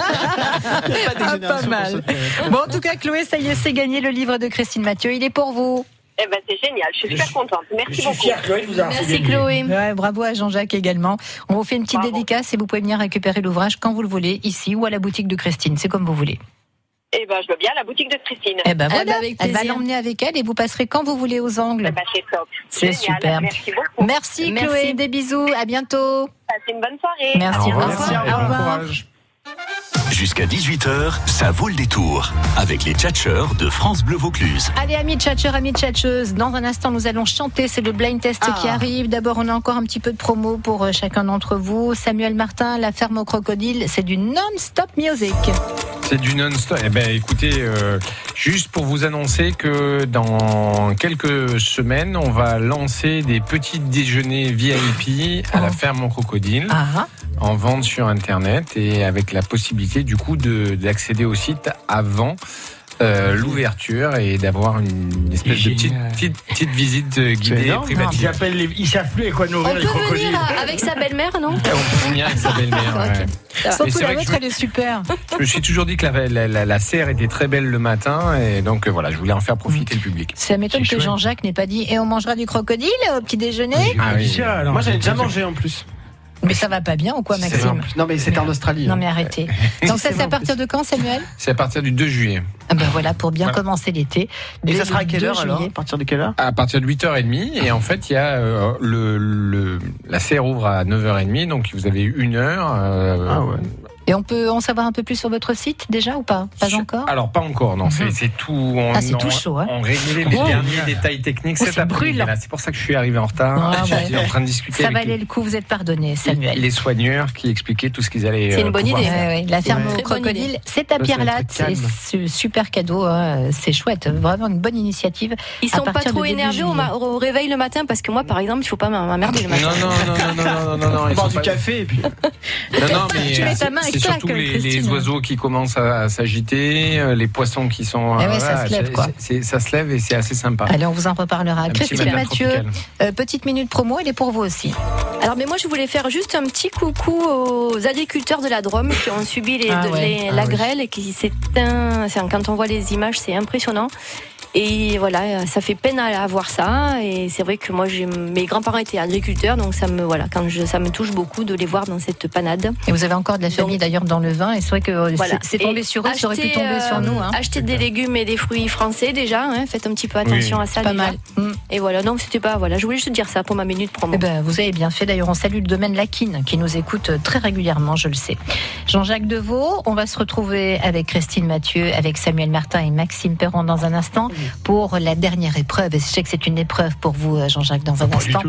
D: pas des
C: Ah,
D: générations
C: pas
D: pour
C: mal. Bon, en tout cas, Chloé, ça y est, c'est gagné le livre de Christine Mathieu. Il est pour vous.
L: Eh ben, c'est génial. Je suis
E: Je
L: super
E: suis-
L: contente.
E: Je
L: Merci
E: suis
L: beaucoup.
E: fier, Chloé, de vous avoir fait
G: Merci
E: gagner.
G: Chloé.
C: Ouais, bravo à Jean-Jacques également. On vous fait une petite
L: Bravo.
C: dédicace et vous pouvez venir récupérer l'ouvrage quand vous le voulez, ici ou à la boutique de Christine. C'est comme vous voulez.
L: Eh ben, je veux bien la boutique de Christine.
C: Eh ben
G: Ah
C: voilà,
G: bah avec
C: elle va
G: plaisir.
C: l'emmener avec elle et vous passerez quand vous voulez aux
L: Eh
C: angles.
L: ben, c'est top.
C: C'est
L: Génial.
C: super.
L: Merci beaucoup.
C: Merci,
G: Merci.
C: Chloé, des bisous, à bientôt.
L: Passez une bonne soirée.
C: Merci,
N: Au revoir.
C: au revoir.
N: Merci,
C: Au
N: bon
C: revoir.
N: courage.
A: Jusqu'à 18h, ça vaut le détour. Avec les tchatcheurs de France Bleu Vaucluse.
C: Allez, amis tchatcheurs, amis tchatcheuses, dans un instant, nous allons chanter. C'est le blind test qui arrive. D'abord, on a encore un petit peu de promo pour euh, chacun d'entre vous. Samuel Martin, La ferme au crocodile, c'est du non-stop music.
N: C'est du non-stop. Eh ben, écoutez, euh, juste pour vous annoncer que dans quelques semaines, on va lancer des petits déjeuners VIP à la
G: Oh.
N: ferme en crocodile.
G: Ah
N: En vente sur internet et avec la possibilité du coup de- d'accéder au site avant euh, l'ouverture et d'avoir une espèce de petite, petite, petite visite euh, guidée et
E: Ils,
N: privative.
E: appellent les- ils savent plus à quoi nourrir
G: On
E: les
G: peut
E: crocodiles.
G: venir Ah, euh, avec sa belle-mère, non
N: On vient avec sa belle-mère. ouais. Mais
C: Surtout
N: c'est
C: la
N: vrai que
C: vôtre,
N: je me-
C: elle est super.
N: je me suis toujours dit que la, la, la- la serre était très belle le matin et donc euh, voilà, je voulais en faire profiter le public.
C: Ça m'étonne que Jean-Jacques n'ait pas dit Et on mangera du crocodile euh, au petit déjeuner
N: Ah oui.
D: Moi, j'avais déjà mangé en plus.
C: Mais ça va pas bien ou quoi, Maxime
D: Non, mais c'était en Australie.
N: hein.
C: Non, mais arrêtez. Donc, ça, c'est à partir de quand, Samuel
N: C'est à partir du 2 juillet.
C: Ah ben voilà, pour bien
N: Voilà.
C: commencer l'été.
N: Et
C: Dès
N: ça
C: le
N: sera à quelle
C: 2
N: heure, alors
C: juillet.
D: partir de quelle heure
N: À partir de 8h30 et en fait il y a euh, le, le- la serre ouvre à 9h30 donc vous avez une heure. euh,
C: Et on peut en savoir un peu plus sur votre site déjà ou pas Pas encore
N: Alors pas encore non, c'est c'est tout on,
C: Ah, c'est
N: on-
C: tout chaud, hein.
N: on réglait les
C: Oh.
N: derniers détails techniques
C: Oh,
N: cet
C: ça
N: après-midi.
C: brûle.
N: là. C'est pour ça que je suis arrivé en retard.
C: Ah, ouais.
N: J'étais en train de discuter
C: Ça
N: avec
C: valait le coup, vous êtes pardonné,
N: les,
C: Samuel.
N: les soigneurs qui expliquaient tout ce qu'ils allaient euh, pouvoir faire.
C: Ouais, ouais, La ferme
N: Ouais.
C: au crocodile, c'est
N: Ça,
C: à
N: c'est
C: Pierre-Latte.
N: très
C: C'est
N: calme.
C: ce super cadeau, hein, c'est chouette. Vraiment une bonne initiative.
G: Ils
C: À
G: sont pas
C: partir de
G: trop
C: début
G: énervés au,
C: juillet.
G: ma- au réveil le matin parce que moi, par exemple, il faut pas m'emmerder
N: Non,
G: le matin.
N: non, non, non, non, non, non, non. ils
D: Boire
N: sont
D: du
N: pas-
D: café et puis.
N: Non, non, mais
D: Tu mets ta
N: euh,
D: main et
N: c'est
D: claque,
N: surtout les,
D: Christine.
N: les oiseaux qui commencent à, à s'agiter, euh, les poissons qui sont. euh,
C: Eh ouais, ça se lève,
N: c'est-
C: quoi.
N: c'est- ça se lève et c'est assez sympa.
C: Allez, on vous en reparlera.
N: Ah. petit
C: Christine
N: madame
C: Mathieu,
N: tropicale.
C: euh, petite minute promo, elle est pour vous aussi.
G: Alors, mais moi, je voulais faire juste un petit coucou aux agriculteurs de la Drôme qui ont subi les,
C: Ah
G: de-
C: ouais.
G: les-
C: Ah
G: la
C: ouais.
G: grêle et qui c'est un- c'est un- quand on voit les images, c'est impressionnant. Et voilà, euh, ça fait peine à à voir ça. Et c'est vrai que moi, j'ai- mes grands-parents étaient agriculteurs, donc ça me voilà, quand je, ça me touche beaucoup de les voir dans cette panade.
C: Et vous avez encore de la famille d'ailleurs dans le vin, et c'est vrai que euh,
G: Voilà.
C: c'est- c'est tombé
G: Et
C: sur eux, ça aurait pu
G: acheter,
C: tomber sur
G: euh,
C: nous. hein.
G: Acheter des légumes et des fruits français déjà, hein, faites un petit peu attention
C: Oui.
G: à ça.
C: Pas
G: déjà.
C: mal. Mm.
G: Et voilà, donc c'était pas voilà, je voulais juste dire ça pour ma minute promo.
C: Eh ben, vous avez bien fait. D'ailleurs, on salue le domaine Laquine qui nous écoute euh, très régulièrement, je le sais. Jean-Jacques Deveau, on va se retrouver avec Christine Mathieu, avec Samuel Martin et Maxime Perron dans un instant pour la dernière épreuve. Et je sais que c'est une épreuve pour vous, euh, Jean-Jacques, dans un instant.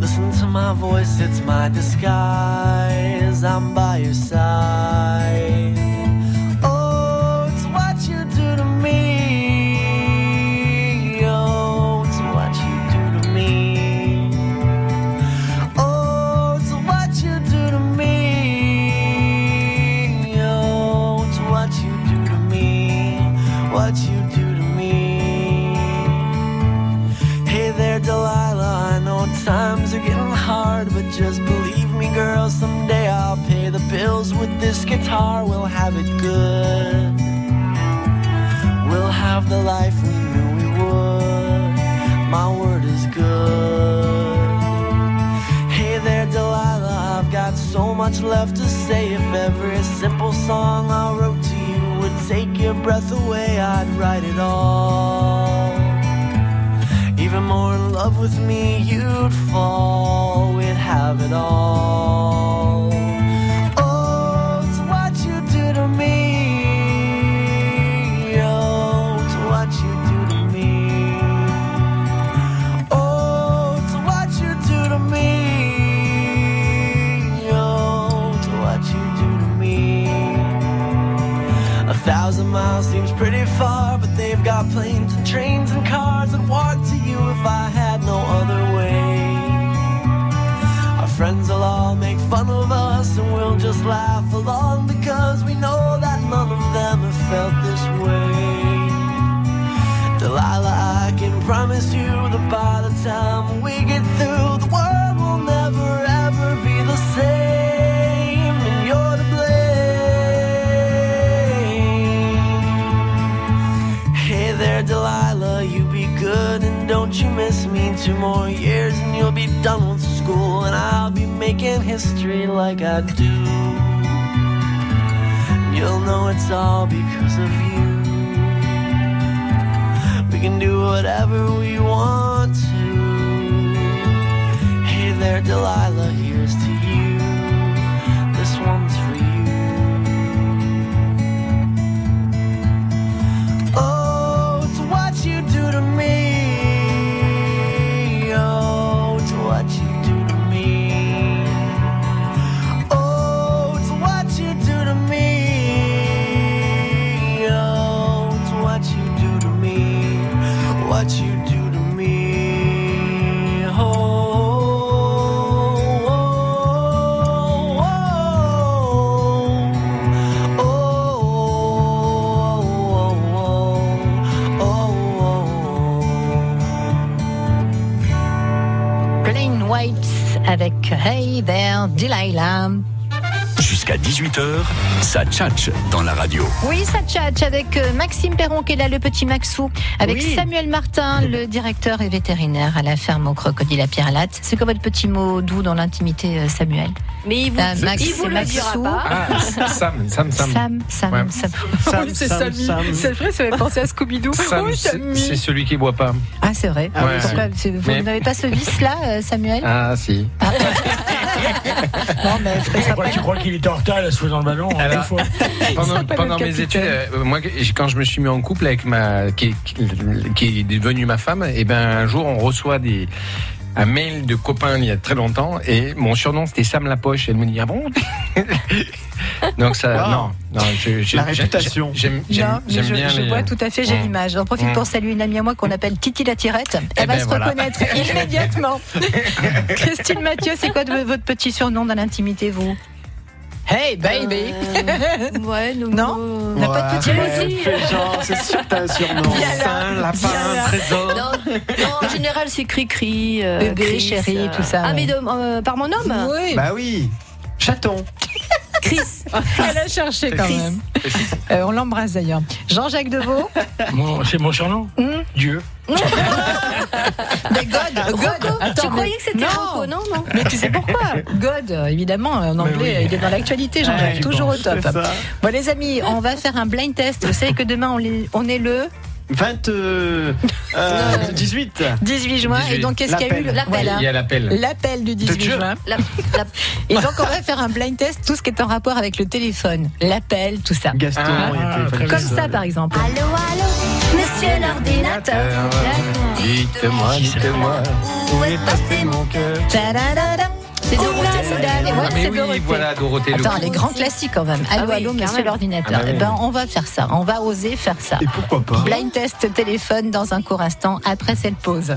U: Listen to my voice, it's my disguise. I'm by your side. Oh, it's what you do to me. Oh, it's what you do to me. Oh, it's what you do to me. Oh, it's what you do to me. What you do to me. Hey there, Delilah. I know times are getting hard, but just believe me, girl. Someday I'll pay the bills with this guitar. We'll have it good. We'll have the life we knew we would. My word is good. Hey there, Delilah. I've got so much left to say. If every simple song I wrote to you would take your breath away, I'd write it all. Even more in love with me, you'd fall. We'd have it all. Oh, it's what you do to me. Oh, it's what you do to me. Oh, it's what you do to me. Oh, it's what you do to me. A thousand miles seems pretty far, but they've got planes and trains and cars that walk to you if I had no other way. and we'll just laugh along because we know that none of them have felt this way. Delilah, I can promise you that by the time we get through, the world will never ever be the same, and you're to blame. Hey there, Delilah, you be good and don't you miss me. Two more years and you'll be done with school, and I'll be making history like I do. You'll know it's all because of you. We can do whatever we want to. Hey there, Delilah, here's to you. This one's for you. Oh, it's what you do to me. Oh, it's what you do to me. Oh, it's what you do to me. Oh, it's what you do to me. What you do to me. Oh, oh, oh, oh, oh, oh,
C: Plain White avec Hey there, Delilah.
A: Jusqu'à 18h, ça tchatche dans la radio.
C: Oui, ça tchatche avec euh, Maxime Perron qui est là, le petit Maxou, avec
A: Oui.
C: Samuel Martin, le directeur et vétérinaire à la ferme au crocodile à pierre latte C'est quoi votre petit mot doux dans l'intimité, euh, Samuel
G: Mais il vous,
C: Ah, Max,
G: il vous le
C: Maxou.
G: dira pas.
N: Ah, Sam, Sam, Sam.
C: Sam, Sam, Oh,
N: Ouais.
C: Sam.
N: Sam,
F: Oui, c'est
N: Sam,
F: Samy.
N: Sam.
F: C'est vrai, ça fait penser à Scooby-Doo.
N: Sam,
C: Oh,
F: Oui,
N: c'est
F: Samy.
N: c'est celui qui boit pas.
C: Ah, c'est vrai.
N: Ah oui, Ouais.
C: Pourquoi C'est- Vous
N: Mais-
C: n'avez pas ce vice-là, euh, Samuel
N: Ah, si.
C: Non, mais
E: Pourquoi tu crois qu'il était en retard, là, se faisant le ballon hein,
N: Alors,
E: des fois
N: pendant, pendant mes études, euh, moi, quand je me suis mis en couple avec ma, qui, est- qui est devenue ma femme, et ben un jour on reçoit des un mail de copain il y a très longtemps et mon surnom c'était Sam la poche. Elle me dit ah bon. Donc ça
F: Wow.
N: non non je, je-
F: La
N: j'ai-
F: réputation.
N: J'aime
F: Non,
N: j'aime
F: mais
N: j'aime
F: je,
N: bien
F: je
N: les-
F: vois tout à fait, j'ai
N: Mm.
F: l'image.
C: J'en profite
N: Mm.
C: pour saluer une amie à moi qu'on appelle Titi la Tirette. Elle
N: Eh
C: va
N: ben,
C: se
N: voilà.
C: reconnaître immédiatement. Christine Mathieu, c'est quoi de- votre petit surnom dans l'intimité, vous Hey baby
G: Euh, Ouais,
C: Non On n'a pas de petit mot
G: Ouais,
C: doux
G: fais genre, c'est sûr que t'as un surnom. Viens là,
N: Saint, lapin,
G: viens là.
N: trésor.
G: Non, en général, c'est cri-cri. euh,
C: Bébé,
G: Chris,
C: chérie,
G: euh,
C: tout ça,
G: Ah,
C: ouais.
G: mais de- euh, par mon homme
C: Oui.
D: Bah oui, chaton.
G: Chris.
F: Elle a cherché quand
G: Chris.
F: même. Euh, on l'embrasse d'ailleurs.
C: Jean-Jacques Deveau
N: euh,
E: Mon- C'est mon surnom
N: Hmm
E: Dieu.
C: Mais God, God. Attends,
G: Tu
C: mais-
G: croyais que c'était
C: Non.
G: Rocco, non, non
F: Mais tu sais pourquoi God, euh, évidemment, en anglais, euh, il est dans l'actualité, Jean-Jacques,
D: Ouais,
F: toujours
D: bon,
F: au top.
D: c'est ça.
C: Bon les amis, on va faire un blind test. Vous savez que demain on est, on est le
D: 20, euh, euh, 18.
C: 18 juin et donc qu'est-ce qu'il y a eu hein. le-
D: L'appel.
C: voilà.
D: Il y a l'appel.
F: L'appel du 18
D: Dieu.
F: juin.
C: Et donc on va faire un blind test tout ce qui est en rapport avec le téléphone, l'appel, tout ça.
D: Gaston, Ah, il y a le téléphone
C: Comme
D: qui
C: ça
D: sonne.
C: par exemple.
B: Allô, allô, monsieur l'ordinateur.
N: Dites-moi, dites-moi, où est passé mon cœur
C: Tadadada. C'est Dorothée.
N: Ah,
C: Ouais,
N: mais
C: c'est
N: oui,
C: Dorothée.
N: voilà, Dorothée
C: Attends,
N: Lecoq.
C: les grands classiques quand même. Allô,
G: Ah oui,
C: allô,
G: quand
C: monsieur
G: même.
C: l'ordinateur.
N: Ah bah oui.
C: Eh ben, on va faire ça. On va oser faire ça.
D: Et pourquoi pas
C: Blind test téléphone dans un court instant après cette pause.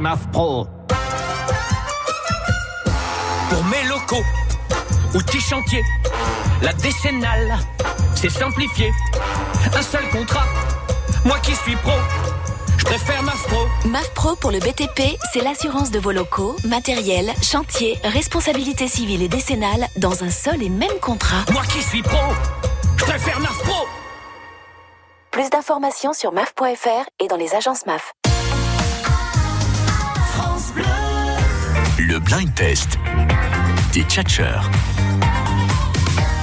S: MAF Pro Pour mes locaux ou petits chantiers, la décennale, c'est simplifié. Un seul contrat, moi qui suis pro, je préfère MAF Pro.
V: MAF Pro pour le BTP, c'est l'assurance de vos locaux, matériel, chantier, responsabilité civile et décennale dans un seul et même contrat.
S: Moi qui suis pro, je préfère MAF Pro.
V: Plus d'informations sur maf.fr et dans les agences MAF.
A: Le blind test des tchatcheurs.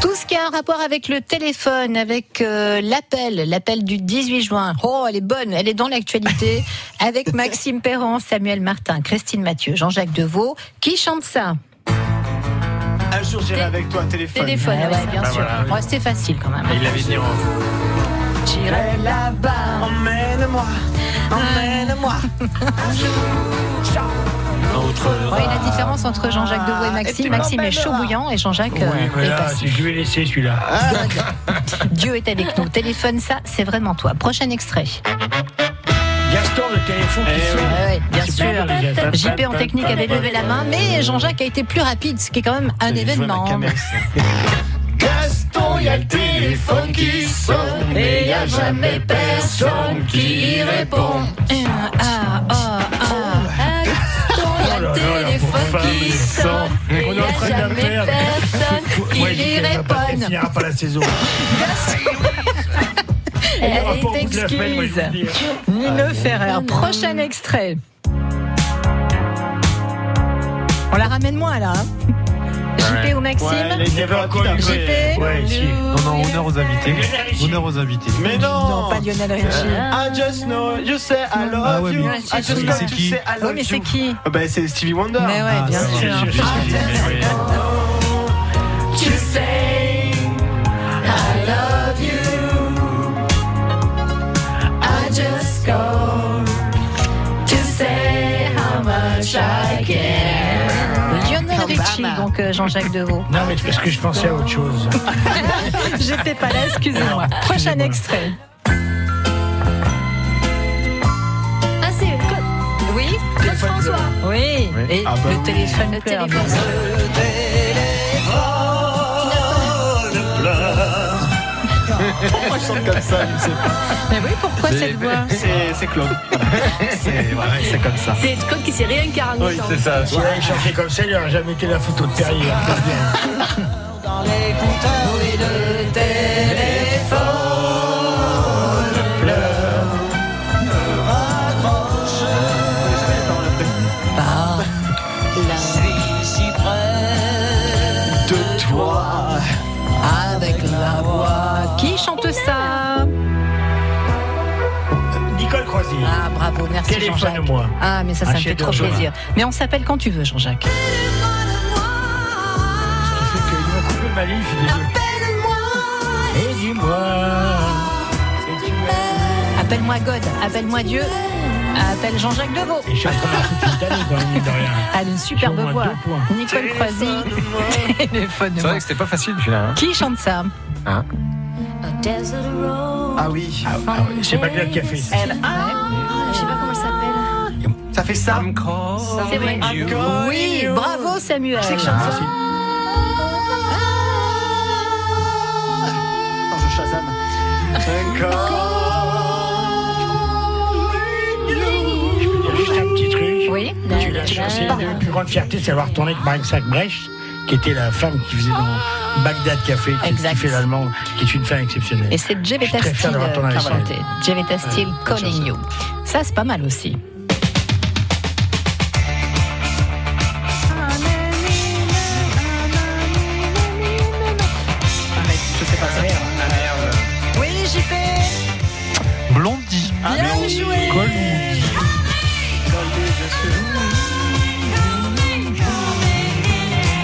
C: Tout ce qui a un rapport avec le téléphone, avec euh, l'appel, l'appel du 18 juin. Oh, elle est bonne, elle est dans l'actualité. avec Maxime Perron, Samuel Martin, Christine Mathieu, Jean-Jacques Deveau. Qui chante ça
D: Un jour, j'irai avec toi, téléphone.
C: Téléphone,
D: Ah,
C: ouais,
D: ouais,
C: bien
D: bah
C: sûr.
D: voilà.
C: Ouais, C'était facile quand même.
D: Il l'avait dit en-
C: J'irai là-bas.
U: Emmène-moi, emmène-moi.
C: Oui, la différence entre Jean-Jacques Deveau et Maxime,
E: tu
C: Maxime est chaud bouillant et Jean-Jacques euh,
E: Oui,
C: est
E: voilà,
C: passif.
E: je vais laisser celui-là.
N: Ah.
C: Dieu est avec nous. Téléphone, ça, c'est vraiment toi. Prochain extrait.
E: Gaston, le téléphone qui sonne.
C: Ouais, ouais, Eh bien
E: C'est pas mal, les gars.
C: sûr. JP en technique avait levé la main, mais Jean-Jacques a été plus rapide, ce qui est quand même un événement.
U: Gaston, y a le téléphone qui sonne et y a jamais personne qui répond.
C: Ah, ah, ah. Gaston, y a le téléphone qui sonne et y a jamais personne qui
E: Ouais,
C: y
E: JP, elle va pas- Elle
C: répond.
E: finira pas la saison. aura
C: Elle
E: pas au
C: est
E: bout de la semaine, moi, je vous
C: excuse.
E: le dis. Ah,
C: Nino Ferrer. Prochain extrait. On la ramène moins là. hein. JP ou Maxime JP
H: Non, non, honneur aux invités. Honneur aux invités.
D: Mais non Non, pas
C: Lionel
H: Richie.
D: I just know you say I love
H: Ah ouais,
D: you.
H: mais-
D: I just
H: Oui,
D: know
H: c'est
D: you
H: qui
D: say I love
H: Oui, mais
D: you.
H: c'est
C: qui
D: ben, C'est Stevie Wonder.
H: Mais ouais, Ah, bien c'est sûr. vrai, je- je-
D: I just know you say I love you. I just go to say how much I care.
C: Lionel Richie, donc euh, Jean-Jacques Deveau.
E: Non, mais c'est parce que je pensais à autre chose.
C: J'étais pas là, excusez-moi. Prochain extrait.
O: Ah, c'est Claude.
C: Oui.
O: Claude François.
C: Oui. Et
O: Ah bah
C: le
O: oui.
C: téléphone
O: Le
C: pleure.
O: téléphone.
D: Pourquoi je chante comme ça Je sais pas.
C: Mais oui, pourquoi
D: Mais-
C: cette voix
D: C'est c'est Claude. C'est ouais, c'est comme ça.
G: C'est Claude qui s'est réincarné. dans-
E: Si elle avait chanté comme ça, il n'aurait jamais été la photo de Perrier. hein, c'est bien.
U: Dans l'écouteur et le téléphone pleure. Me raccroche. Je suis si près de toi.
C: Avec la voix. Qui chante ça
E: Nicole Croisier.
C: Ah, bravo, merci
E: Téléphone
C: Jean-Jacques.
E: moi.
C: Ah, mais ça, ça
E: Un
C: me fait trop
E: chef-d'œuvre.
C: plaisir. Mais on s'appelle quand tu veux, Jean-Jacques.
E: Fait qu'ils m'ont coupé ma ligne, je suis désolé. Et dis-moi.
C: Appelle-moi God, appelle-moi Dieu, appelle Jean-Jacques Deveau.
E: Et je suis en train de foutre d'année, quand même, hein, mine de rien.
C: Ah, une superbe voix. Nicole Croisy. Téléphone.
N: C'est vrai que c'était pas facile, celui-là. hein.
C: Qui chante ça
N: Hein
D: Ah oui.
E: C'est pas bien qui a fait ça.
B: Ah.
G: Je sais pas comment elle s'appelle.
D: Ça fait ça.
G: C'est vrai.
C: Oui, bravo
E: Ah,
C: Samuel.
D: C'est que chante ça. Non, je Shazam.
E: Je peux dire juste un petit truc.
C: Oui.
E: Tu l'as chanté.
C: Bah.
E: La plus grande fierté, c'est d'avoir tourné avec Marine Sackbrecht, qui était la femme qui faisait dans Bagdad Café, qui, qui fait l'allemand, qui est une femme exceptionnelle. Ah,
C: Et c'est
E: Je
C: Jevetta
E: suis très fier
C: Steele
E: d'avoir tourné
C: qui
E: avec
C: chantait. Jevetta Steele, Calling You. Ça, c'est pas mal aussi.
D: Je sais pas ça.
C: Oui, JP.
H: Blondie.
B: Ah,
C: Bien joué.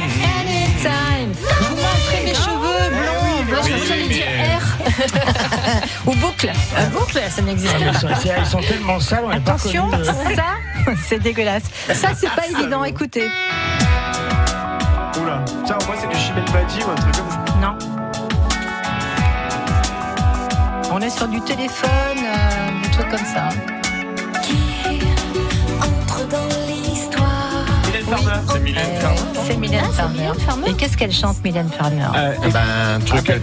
C: Anytime. Ah Je vous montrer mes cheveux blonds. Moi, je pensais dire R. Ou boucle. Euh, Boucle, ça n'existe
E: Ah, mais ils, sont,
C: pas.
E: c'est- ils sont tellement sales, on n'est pas
C: Attention,
E: connus, euh.
C: ça, c'est dégueulasse. Ça, c'est pas évident, écoutez.
D: Oula. Tiens, moi c'est du Chimel Badji ou un truc comme ça.
C: Non. On est sur du téléphone, euh, des trucs comme ça.
V: Entre dans l'histoire.
N: C'est Mylène Farmer.
C: Euh, Ah, C'est Mylène Farmer. Et qu'est-ce qu'elle chante, Mylène Farmer
N: Eh ben, un truc.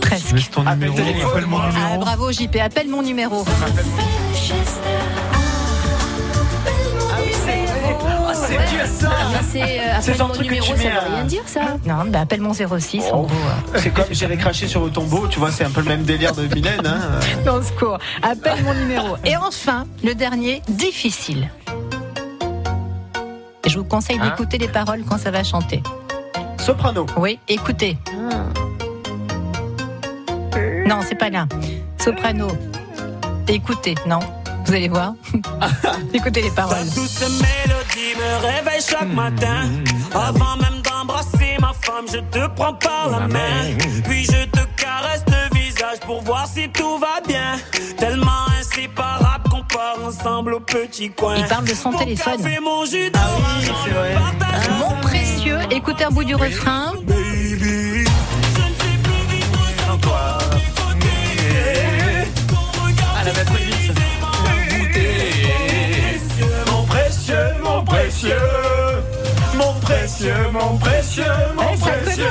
C: Presque.
N: Laisse ton numéro. Appelle mon
C: Ah, bravo JP, appelle mon numéro.
U: Ah, c'est Dieu ça.
G: C'est euh,
D: C'est
G: après
D: genre
G: mon
D: le truc que
G: numéro,
D: tu
G: ça
D: mets
G: veut
D: à- Oh.
G: rien dire ça.
C: Non, bah appelle mon 06 en gros. euh.
D: C'est comme j'allais cracher sur le tombeau, tu vois, c'est un peu le même délire de Mylène. Hein.
C: Dans ce cours, appelle mon numéro. Et enfin, le dernier, difficile. Et je vous conseille
D: Hein
C: d'écouter les paroles quand ça va chanter.
D: Soprano.
C: Oui, écoutez. Non, c'est pas là. Soprano. Écoutez, non. Vous allez voir. Écoutez les paroles.
L: Toutes ces mélodies me réveillent chaque
E: Mmh.
L: matin. Avant même d'embrasser ma femme, je te prends par la
E: Mmh.
L: main. Puis je te caresse le visage pour voir si tout va bien. Tellement inséparable qu'on part ensemble au petit coin.
C: Il parle de son
L: Mon
C: téléphone.
L: café, mon jus
E: Ah
L: d'orange, on le partage
C: Mon précieux, écoutez un bout du refrain.
L: Mon précieux, mon précieux, mon précieux, mon précieux, mon précieux.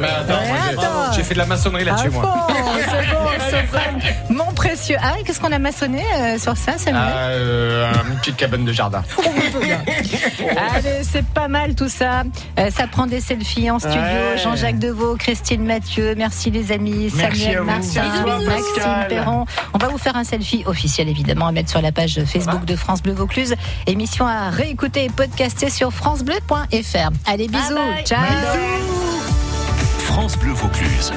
N: Mais attends, moi, j'ai-
C: attends.
N: j'ai fait de la maçonnerie là-dessus, moi.
C: Oh, c'est bon, Soprano. Mon précieux. Ah oui, qu'est-ce qu'on a maçonné euh, sur ça, Samuel
N: Ah, euh, une petite cabane de jardin.
C: Allez, c'est pas mal tout ça. Euh, ça prend des selfies en studio.
N: Ouais.
C: Jean-Jacques Deveau, Christine Mathieu, merci les amis.
G: Merci
C: Samuel
G: à vous.
C: Martin,
G: Merci à toi,
C: Maxime
G: Pascal.
C: Perron. On va vous faire un selfie officiel évidemment à mettre sur la page Facebook de France Bleu Vaucluse. Émission à réécouter et podcaster sur francebleu.fr. Allez, bisous. Ciao.
A: France Bleu Vaucluse.